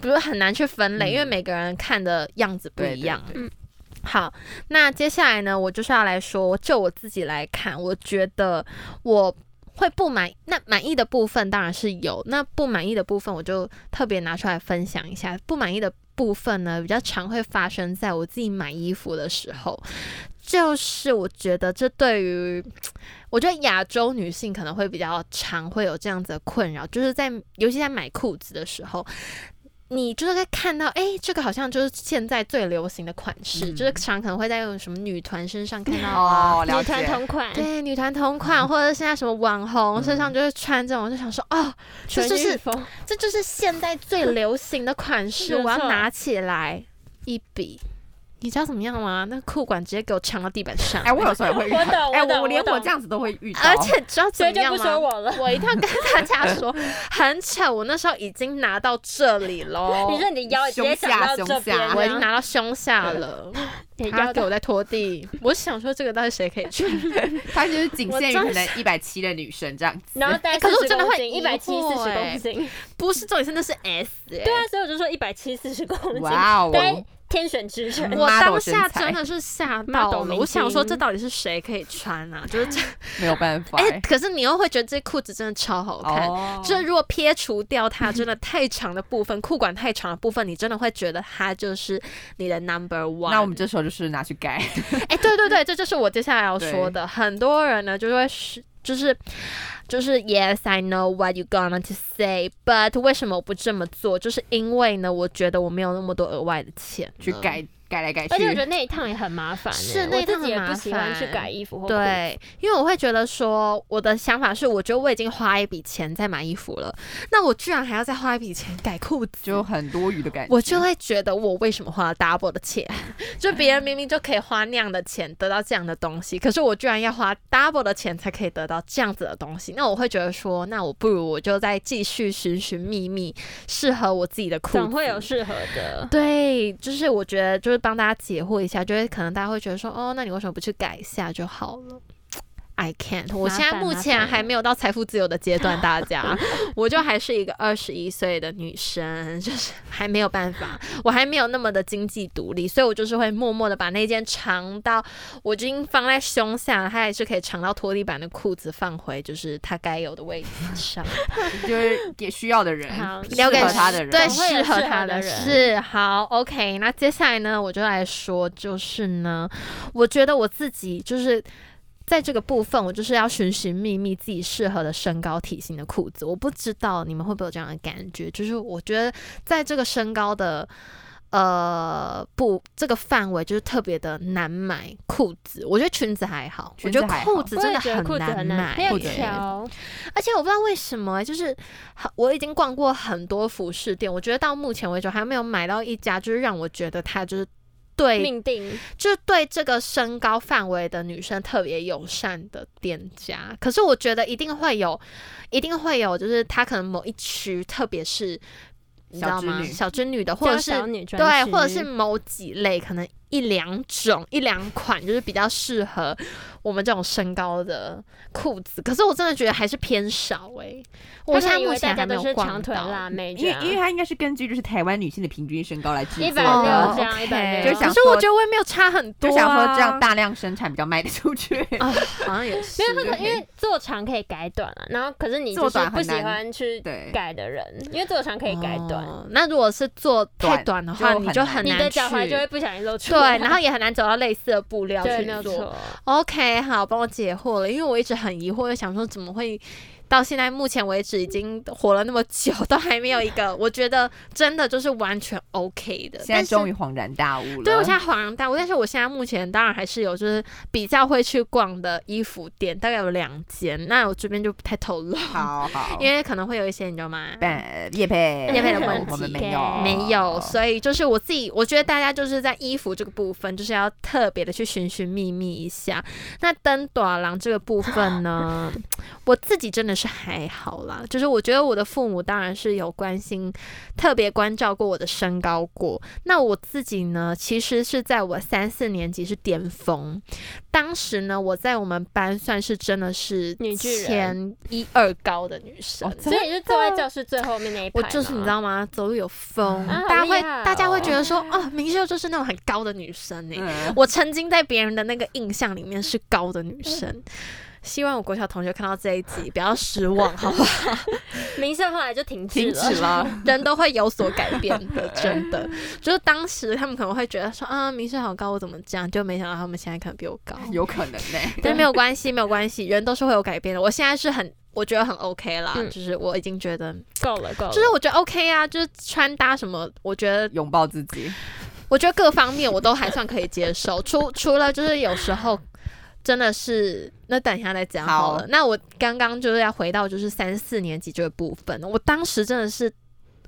S1: 不是很难去分类，因为
S2: 嗯
S1: 每个人看的样子不
S2: 对
S1: 一
S2: 对
S1: 样。
S2: 对
S1: 好，那接下来呢，我就是要来说，我就我自己来看，我觉得我会不满，那满意的部分当然是有，那不满意的部分我就特别拿出来分享一下。不满意的部分呢，比较常会发生在我自己买衣服的时候，就是我觉得这对于。我觉得亚洲女性可能会比较常会有这样子的困扰，就是在尤其在买裤子的时候，你就是在看到，哎、这个好像就是现在最流行的款式，
S2: 嗯
S1: 就是常可能会在有什么女团身上看到啊，
S2: 哦，了
S3: 女团
S2: 解。
S3: 同款，
S1: 对，女团同 款，或者现在什么网红身上就会穿这种，我就想说，哦，嗯这
S3: 全
S1: 就
S3: 日
S1: 是
S3: 风，
S1: 这 就是现在最流行的款式，
S3: 没
S1: 我
S3: 错
S1: 要拿起来一比你知道怎么样吗？那裤管直接给我呛到地板上。
S2: 哎，我有时候也会遇到
S3: 我懂，
S2: 哎，
S3: 我懂
S2: 我连
S3: 我懂
S2: 我这样子都会遇到，
S1: 而且知道怎
S3: 所
S1: 么
S3: 以就
S1: 样
S3: 不
S1: 吗？
S3: 说我了。
S1: 我一定要跟大家 说，很巧，我那时候已经拿到这里喽，
S3: 你说你的腰直接
S2: 胸
S3: 长
S2: 下
S3: 到这
S2: 胸
S3: 边
S2: 下
S3: 啊，
S1: 我已经拿到胸下了，
S3: 你的
S1: 他
S3: 腰
S1: 给
S3: 到
S1: 我在拖地。我想说这个到底谁可以 穿？
S2: 她就是仅
S1: 我
S2: 限于
S1: 真
S2: 可能一百七的女生这样子。
S3: 然后大概
S1: 可是我
S3: 40
S1: 真的
S3: 公
S1: 会
S3: 斤，
S1: 疑
S3: 一百七四
S1: 惑
S3: 十
S1: 哎
S3: 公斤。
S1: 不是重点是那是 S 哎
S3: 对啊，所以我就说一百七四十公斤，
S2: 哇
S3: 大概
S2: 哦，
S3: 天选之人。
S1: 我
S2: model
S1: 当下
S2: 身材
S1: 真的是吓
S3: model
S1: 到了，
S3: 明
S1: 我想说
S3: 星
S1: 这到底是谁可以穿啊？就是这，
S2: 没有办法
S1: 哎、可是你又会觉得这裤子真的超好看。
S2: 哦，
S1: 这如果撇除掉它真的太长的部分， 裤管太长的部分，你真的会觉得它就是你的 number one。
S2: 那我们这时候就是拿去改，
S1: 哎、对对对，这就是我接下来要说的。很多人呢，就会是就是就是 Yes, I know what you gonna to say, but 为什么我不这么做？就是因为呢，我觉得我没有那么多额外的钱呢
S2: 去。改改来改
S3: 而且
S2: 去。
S3: 我觉得那一趟也很麻烦欸，
S1: 是
S3: 我
S1: 那一
S3: 自
S1: 趟
S3: 己也
S1: 很
S3: 不
S1: 麻
S3: 喜欢去
S1: 烦
S3: 改衣服或裤子
S1: 对，因为我会觉得说，我的想法是，我觉得我已经花一笔钱在买衣服了，那我居然还要再花一笔钱改裤子，
S2: 就很多余的感觉，
S1: 我就会觉得我为什么花 double 的钱？ 就别人明明就可以花那样的钱得到这样的东西，可是我居然要花 double 的钱才可以得到这样子的东西，那我会觉得说，那我不如我就再继续寻寻觅觅适合我自己的裤子。
S3: 总会有适合的。
S1: 对，就是我觉得就是帮大家解惑一下，就是可能大家会觉得说，哦，那你为什么不去改一下就好了？I can't，我现在
S3: 麻烦
S1: 目
S3: 麻
S1: 前
S3: 烦
S1: 还没有到财富自由的阶段，大 家，我就还是一个二十一岁的女生，就是还没有办法，我还没有那么的经济独立，所以我就是会默默的把那件长到我已经放在胸下，它还是可以长到拖地板的裤子放回就是它该有的位置上。
S2: 就是给需要的人
S3: 好，
S2: 适
S1: 留给
S2: 合他的人，
S1: 对
S3: 总会有
S1: 适合他
S3: 适合的人
S1: 是好 OK。那接下来呢，我就来说，就是呢，我觉得我自己就是。在这个部分，我就是要寻寻觅觅自己适合的身高体型的裤子。我不知道你们会不会有这样的感觉，就是我觉得在这个身高的呃不这个范围，就是特别的难买裤子。我觉得裙子还好，
S2: 裙
S1: 我觉
S2: 子
S1: 得
S2: 还好
S1: 裤子
S3: 我
S1: 真
S3: 也
S1: 的
S3: 觉得裤子很
S1: 买，
S3: 没有
S2: 对
S3: 挑，
S1: 而且我不知道为什么、欸就是很我已经逛过很多服饰店，我觉得到目前为止还没有买到一家，就是让我觉得它就是对，
S3: 命定
S1: 就是对这个身高范围的女生特别友善的店家。可是我觉得一定会有，一定会有，就是它可能某一区，特别是你知
S2: 小
S1: 道
S2: 织
S1: 吗？
S2: 女
S1: 小织女的，或者是
S3: 娇小女专
S1: 对，
S3: 区
S1: 或者是某几类，可能一两种、一两款，就是比较适合我们这种身高的裤子。可是我真的觉得还是偏少诶、我现在目前还
S3: 他
S1: 没有
S3: 们以为大家都是
S1: 逛
S3: 长腿
S1: 到
S3: 辣。妹这
S2: 因为
S3: 样，
S2: 因为他应该是根据就是台湾女性的平均身高来制
S3: 一
S2: 作
S3: 百六
S1: 哦
S2: 的，
S3: 这样，一百
S1: 对，
S3: 六
S2: 就想
S1: 可是
S2: 说
S1: 我觉得我也没有差很多、
S2: 就
S1: 啊，
S2: 想说这样大量生产比较卖得出去。
S1: 啊，好像也是
S3: 没。有，那个
S2: 对
S3: 因为做长可以改短啊，然后可是你就
S2: 做
S3: 是
S2: 短
S3: 不
S2: 很
S3: 喜
S2: 难
S3: 欢去
S2: 对
S3: 改的人，因为做长可以改短，
S1: 哦那如果是做太
S2: 短
S1: 短的话，
S2: 就
S1: 你
S2: 很
S1: 就
S2: 难
S1: 很
S3: 你
S1: 难
S3: 的脚踝
S1: 去
S3: 就会不小心露出
S1: 对，
S3: 来。
S1: 然后也很难找到类似的 布料
S3: 对，
S1: 去
S3: 没有
S1: 做。
S3: 错，
S1: OK，好，帮我解惑了，因为我一直很疑惑，又想说怎么会到现在目前为止已经活了那么久， 都还没有一个我觉得真的就是完全 OK 的。
S2: 现在
S1: 但是
S2: 终于恍然大悟了，
S1: 对我现在恍然大悟，但是我现在目前当然还是有就是比较会去逛的衣服店，大概有两间，那我这边就不太透露，
S2: 好好，
S1: 因为可能会有一些你知道吗？
S2: 本叶佩
S1: 业配的问
S2: 呃我们
S3: 题
S2: 没有哦
S1: 没有，所以就是我自己，我觉得大家就是在衣服这个部分，就是要特别的去寻寻觅觅一下。那灯短廊这个部分 呢，我自己真的是还好啦，就是我觉得我的父母当然是有关心，特别关照过我的身高过。那我自己呢，其实是在我三四年级是巅峰，当时呢，我在我们班算是真的是
S3: 女巨人
S1: 前一二高的女生
S2: 哦。
S3: 所以你是坐在教室最后面那一排
S1: 我
S3: 吗，
S1: 就是你知道吗？走路有风，
S3: 啊好
S1: 大家会
S3: 厉害哦
S1: 大家会觉得说，哦，明秀就是那种很高的女生呢、
S2: 嗯
S1: 我曾经在别人的那个印象里面是高的女
S3: 嗯
S1: 生，希望我国小同学看到这一集不要失望，好吧？
S3: 明秀后来就停止
S2: 停止
S3: 了，
S2: 了，
S1: 人都会有所改变的，真的。就是当时他们可能会觉得说，啊，明秀好高，我怎么这样？就没想到他们现在可能比我高，
S2: 有可能 呢。
S1: 但没有关系，没有关系，人都是会有改变的。我现在是很。我觉得很 OK 啦，
S3: 嗯
S1: 就是我已经觉得，
S3: 够了够了，
S1: 就是我觉得 OK 啊，就是穿搭什么，我觉得
S2: 拥抱自己，
S1: 我觉得各方面我都还算可以接受，除除了就是有时候真的是，那等一下再讲好了。
S2: 好
S1: 那我刚刚就是要回到就是三四年级这个部分，我当时真的是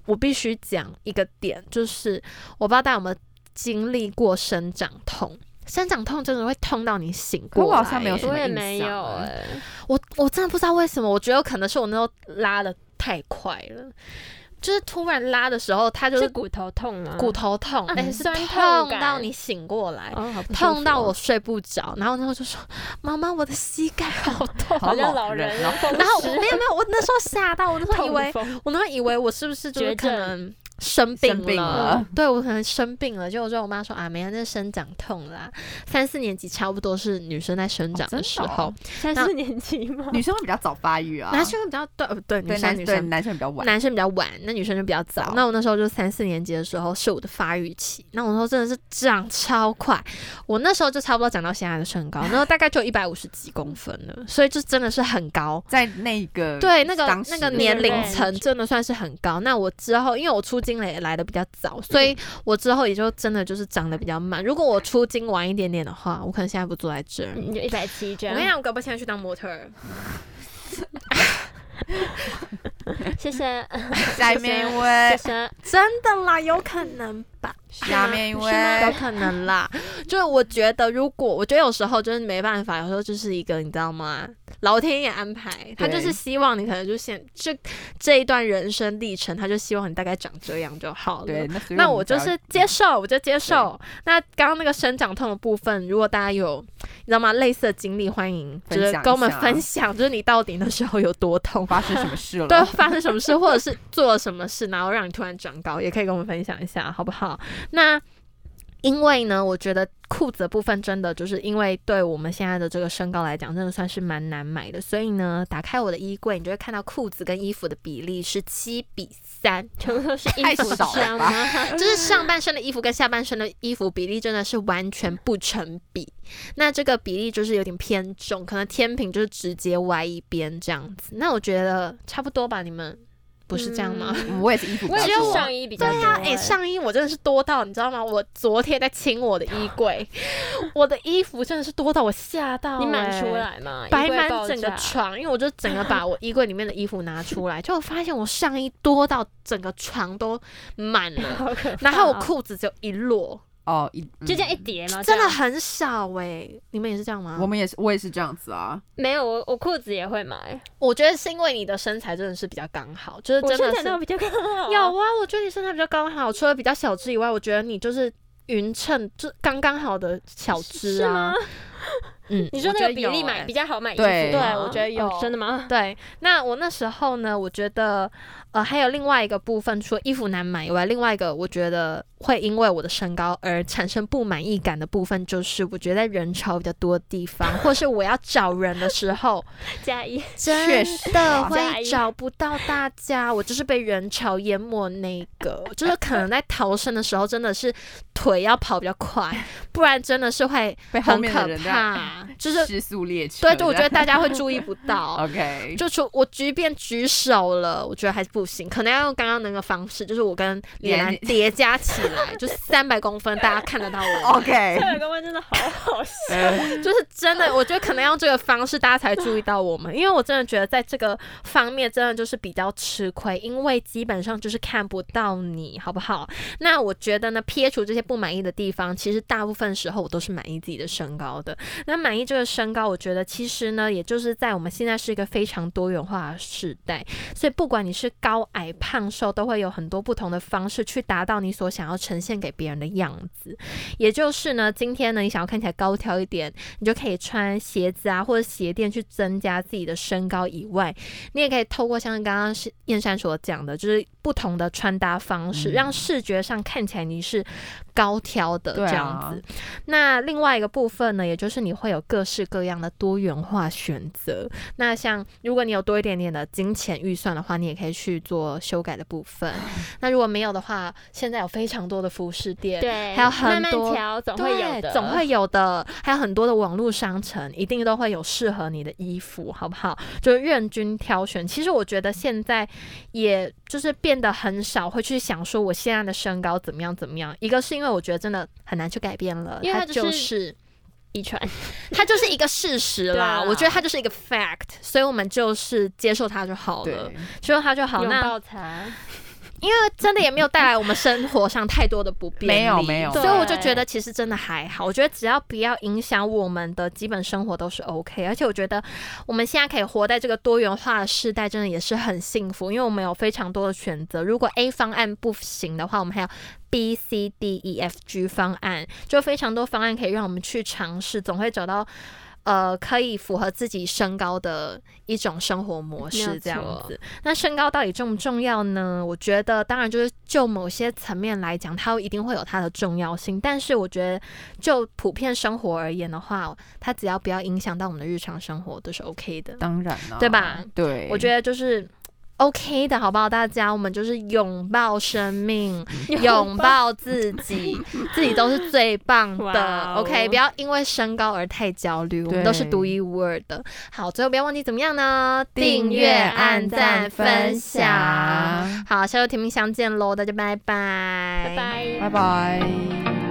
S1: 我必须讲一个点，就是我不知道大家有没有经历过生长痛，生长痛真的会痛到你醒
S2: 可
S1: 过
S2: 我
S1: 来。
S2: 好像没有什
S3: 我
S2: 么
S3: 也
S2: 印
S3: 没
S2: 象
S3: 有
S2: 啊
S3: 哎、
S1: 我我真的不知道为什么，我觉得有可能是我那时候拉的太快了，就是突然拉的时候，它就是是
S3: 骨头痛吗？
S1: 骨头痛，
S3: 嗯啊
S1: 但、是
S3: 酸痛
S1: 痛
S3: 感
S1: 到你醒过来。
S3: 哦，好不舒服
S1: 痛到
S3: 哦
S1: 我睡不着，然后那时候就说：“妈妈，我的膝盖好痛。
S2: 好
S3: 好像
S2: 老
S3: 老人
S2: 人哦，
S1: 然后我 没有没有，我那时候吓到，我那时候以
S3: 痛
S1: 为
S3: 的风
S1: 我那时候以为我是不是就是
S3: 绝
S1: 可
S3: 症
S1: 能生病
S2: 生病了
S1: 对我可能生病了，结果之后我妈说啊，没有，那是生长痛啦。 三四年级差不多是女生在生长
S2: 真的
S1: 时
S2: 哦
S1: 候，
S3: 三
S1: 那
S3: 四年级吗？
S2: 女生会比较早发育啊，
S1: 男生会比较对呃对女
S2: 对
S1: 生
S2: 男
S1: 女
S2: 对
S1: 生
S2: 男生比较晚，
S1: 男生比较晚，那女生就比较早
S2: 早。
S1: 那我那时候就三四年级的时候是我的发育期，那我那时候真的是长超快，我那时候就差不多长到现在的 身高，然后大概就一百五十几公分了，所以就真的是很高。
S2: 在那个
S1: 对，那个
S2: 当时
S1: 那个
S2: 的
S1: 年龄
S3: 对
S1: 层真的算是很高。那我之后，因为我出京了也来的比较早，所
S2: 嗯
S1: 以我之后也就真的就是长得比较慢。如果我出京晚一点点的话，我可能现在不坐在这儿。
S3: 你就一百七这
S1: 我
S3: 样。
S1: 跟你讲，我搞不好现在去当模特儿。
S3: 谢谢，
S1: 哎
S2: 下面一位
S3: 谢，谢。
S1: 真的啦，有可能吧，
S2: 下面一
S1: 有
S2: 位，
S1: 可能啦。就是我觉得，如果我觉得有时候就是没办法，有时候就是一个你知道吗？老天爷安排，他就是
S2: 对
S1: 希望你可能就现这这一段人生历程，他就希望你大概长这样就好了。
S2: 对，那所以
S1: 那
S2: 我
S1: 我
S2: 们只
S1: 就
S2: 要
S1: 是接受，我就接受。那刚刚那个生长痛的部分，如果大家有你知道吗类似的经历，欢迎就
S2: 分
S1: 是
S2: 享一
S1: 跟我们
S2: 下
S1: 分享，就是你到底那时候有多痛，
S2: 发生什么事
S1: 对，啊
S2: 了，
S1: 发生什么事，或者是做了什么事，然后让你突然长高，也可以跟我们分享一下，好不好？那。因为呢，我觉得裤子的部分真的就是因为对我们现在的这个身高来讲，真的算是蛮难买的。所以呢，打开我的衣柜，你就会看到裤子跟衣服的比例是七比三，
S3: 全部都是衣
S2: 太
S3: 服
S2: 少
S3: 这样
S2: 了
S3: 吗
S2: 吧？？
S1: 就是上半身的衣服跟下半身的衣服比例真的是完全不成比。那这个比例就是有点偏重，可能天平就是直接歪一边这样子。那我觉得差不多吧，你们不是这样吗？
S2: 嗯我也是衣服比
S3: 我
S2: 较
S3: 也是
S2: 多，
S3: 上衣比较
S1: 对
S3: 多
S1: 呀、
S3: 欸。
S1: 啊，哎、上衣我真的是多到你知道吗？我昨天在清我的衣 柜，我的衣服真的是多到我吓到、
S3: 你满
S1: 哎
S3: 出。来吗？
S1: 摆
S3: 衣柜
S1: 满
S3: 爆
S1: 整个
S3: 炸
S1: 床，因为我就整个把我衣柜里面的衣服拿出来，就我发现我上衣多到整个床都满了，
S3: 好可怕哦
S1: 然后我裤子只有一摞，
S2: 哦，一
S3: 就这样一
S2: 嗯
S3: 叠吗？
S1: 真
S3: 这
S1: 的
S3: 样
S1: 很少哎、你们也是这样吗？
S2: 我
S1: 我
S2: 们也是，我也是这样子啊。
S3: 没有，我我裤子也会买，
S1: 我觉得是因为你的身材真的是比较刚好，就是
S3: 我
S1: 真
S3: 身
S1: 的
S3: 材都
S1: 是
S3: 比较刚好啊。
S1: 有啊。我觉得你身材比较刚好，除了比较小只以外，我觉得你就是匀称，就是刚刚好的小只
S3: 是
S1: 啊
S3: 吗。？
S1: 嗯，
S3: 你说
S1: 我
S3: 那
S1: 觉
S3: 个
S1: 得
S3: 比例
S1: 有
S3: 买
S1: 欸
S3: 比较好买衣服吗？
S2: 对
S1: 对我觉得有
S3: 哦真 的吗？
S1: 对，那我那时候呢，我觉得，呃，还有另外一个部分，除了衣服难买以外，另外一个我觉得会因为我的身高而产生不满意感的部分，就是我觉得在人潮比较多的地方，或是我要找人的时候，
S3: 加一，
S1: 真
S2: 实
S1: 的
S2: 啊
S1: 会
S3: 加一
S1: 找不到大家，我就是被人潮淹没那个，就是可能在逃生的时候，真的是腿要跑比较快，不然真的是会
S2: 被后
S1: 很
S2: 面的
S1: 可
S2: 人这样
S1: 怕，就是
S2: 失速列车这
S1: 对
S2: 样。
S1: 对，我觉得大家会注意不 到。
S2: OK，
S1: 就说我即便举手了，我觉得还是不行，可能要用刚刚那个方式，就是我跟李兰
S2: 连
S1: 叠加起来，就三百公分，大家看得到 我。
S2: OK，
S3: 这个问真的好好笑。
S2: 呃
S1: 就是真的，我觉得可能要这个方式，大家才注意到我们，因为我真的觉得在这个方面真的就是比较吃亏，因为基本上就是看不到你，好不好？那我觉得呢，撇除这些不满意的地方，其实大部分时候我都是满意自己的身高的。那满意这个身高，我觉得其实呢，也就是在我们现在是一个非常多元化的时代，所以不管你是高矮胖瘦，都会有很多不同的方式去达到你所想要呈现给别人的样子。也就是呢，今天呢，你想要看起来高挑一点，你就可以穿鞋子啊或者鞋垫去增加自己的身高以外，你也可以透过像刚刚是燕山所讲的，就是不同的穿搭方式，
S2: 嗯
S1: 让视觉上看起来你是高挑的
S2: 对啊
S1: 这样子。那另外一个部分呢，也就是你会有各式各样的多元化选择。那像如果你有多一点点的金钱预算的话，你也可以去做修改的部 分。那如果没有的话，现在有非常多的服饰店，
S3: 对，
S1: 还有很
S3: 慢慢
S1: 多
S3: 调，总会
S1: 对，
S3: 有的，
S1: 总会有的。还有很多的网络商城，一定都会有适合你的衣服，好不好？就是任君挑选。其实我觉得现在，也就是变得很少会去想说我现在的身高怎么样怎么样。一个是因为我觉得真的很难去改变了，
S3: 因为
S1: 它
S3: 它就是
S1: 是
S3: 遗传。
S1: 它就是一个事实
S3: 对
S1: 啦。
S3: 啊
S1: 我觉得它就是一个 fact，所以我们就是接受它就好了
S2: 对，，
S1: 接受它就好。
S3: 拥
S1: 那
S3: 抱茶，
S1: 因为真的也没有带来我们生活上太多的不便利，
S2: 没有没有
S1: 所以我就觉得其实真的还好。我觉得只要不要影响我们的基本生活都是 OK。而且我觉得我们现在可以活在这个多元化的时代，真的也是很幸福，因为我们有非常多的选择。如果 A 方案不行的话，我们还有 B、C、D、E、F、G 方案，就非常多方案可以让我们去尝试，总会找到。呃，可以符合自己身高的一种生活模
S3: 没
S1: 式，
S3: 有
S1: 这样
S3: 错
S1: 子。那身高到底重不重要呢？我觉得，当然就是就某些层面来讲，它一定会有它的重要性。但是，我觉得就普遍生活而言的话，它只要不要影响到我们的日常生活，都是 OK 的。
S2: 当然了，
S1: 对吧？
S2: 对，
S1: 我觉得就是。OK 的好不好？大家，我们就是拥抱生命，拥抱自己，自己都是最棒的
S3: 哇。哦
S1: OK，不要因为身高而太焦虑，我们都是
S2: 对
S1: 独一无二的。好，最后不要忘记怎么样呢？
S2: 订阅按赞分享
S1: 好，下周甜蜜相见喽，大家拜拜，
S3: 拜拜
S2: 拜拜。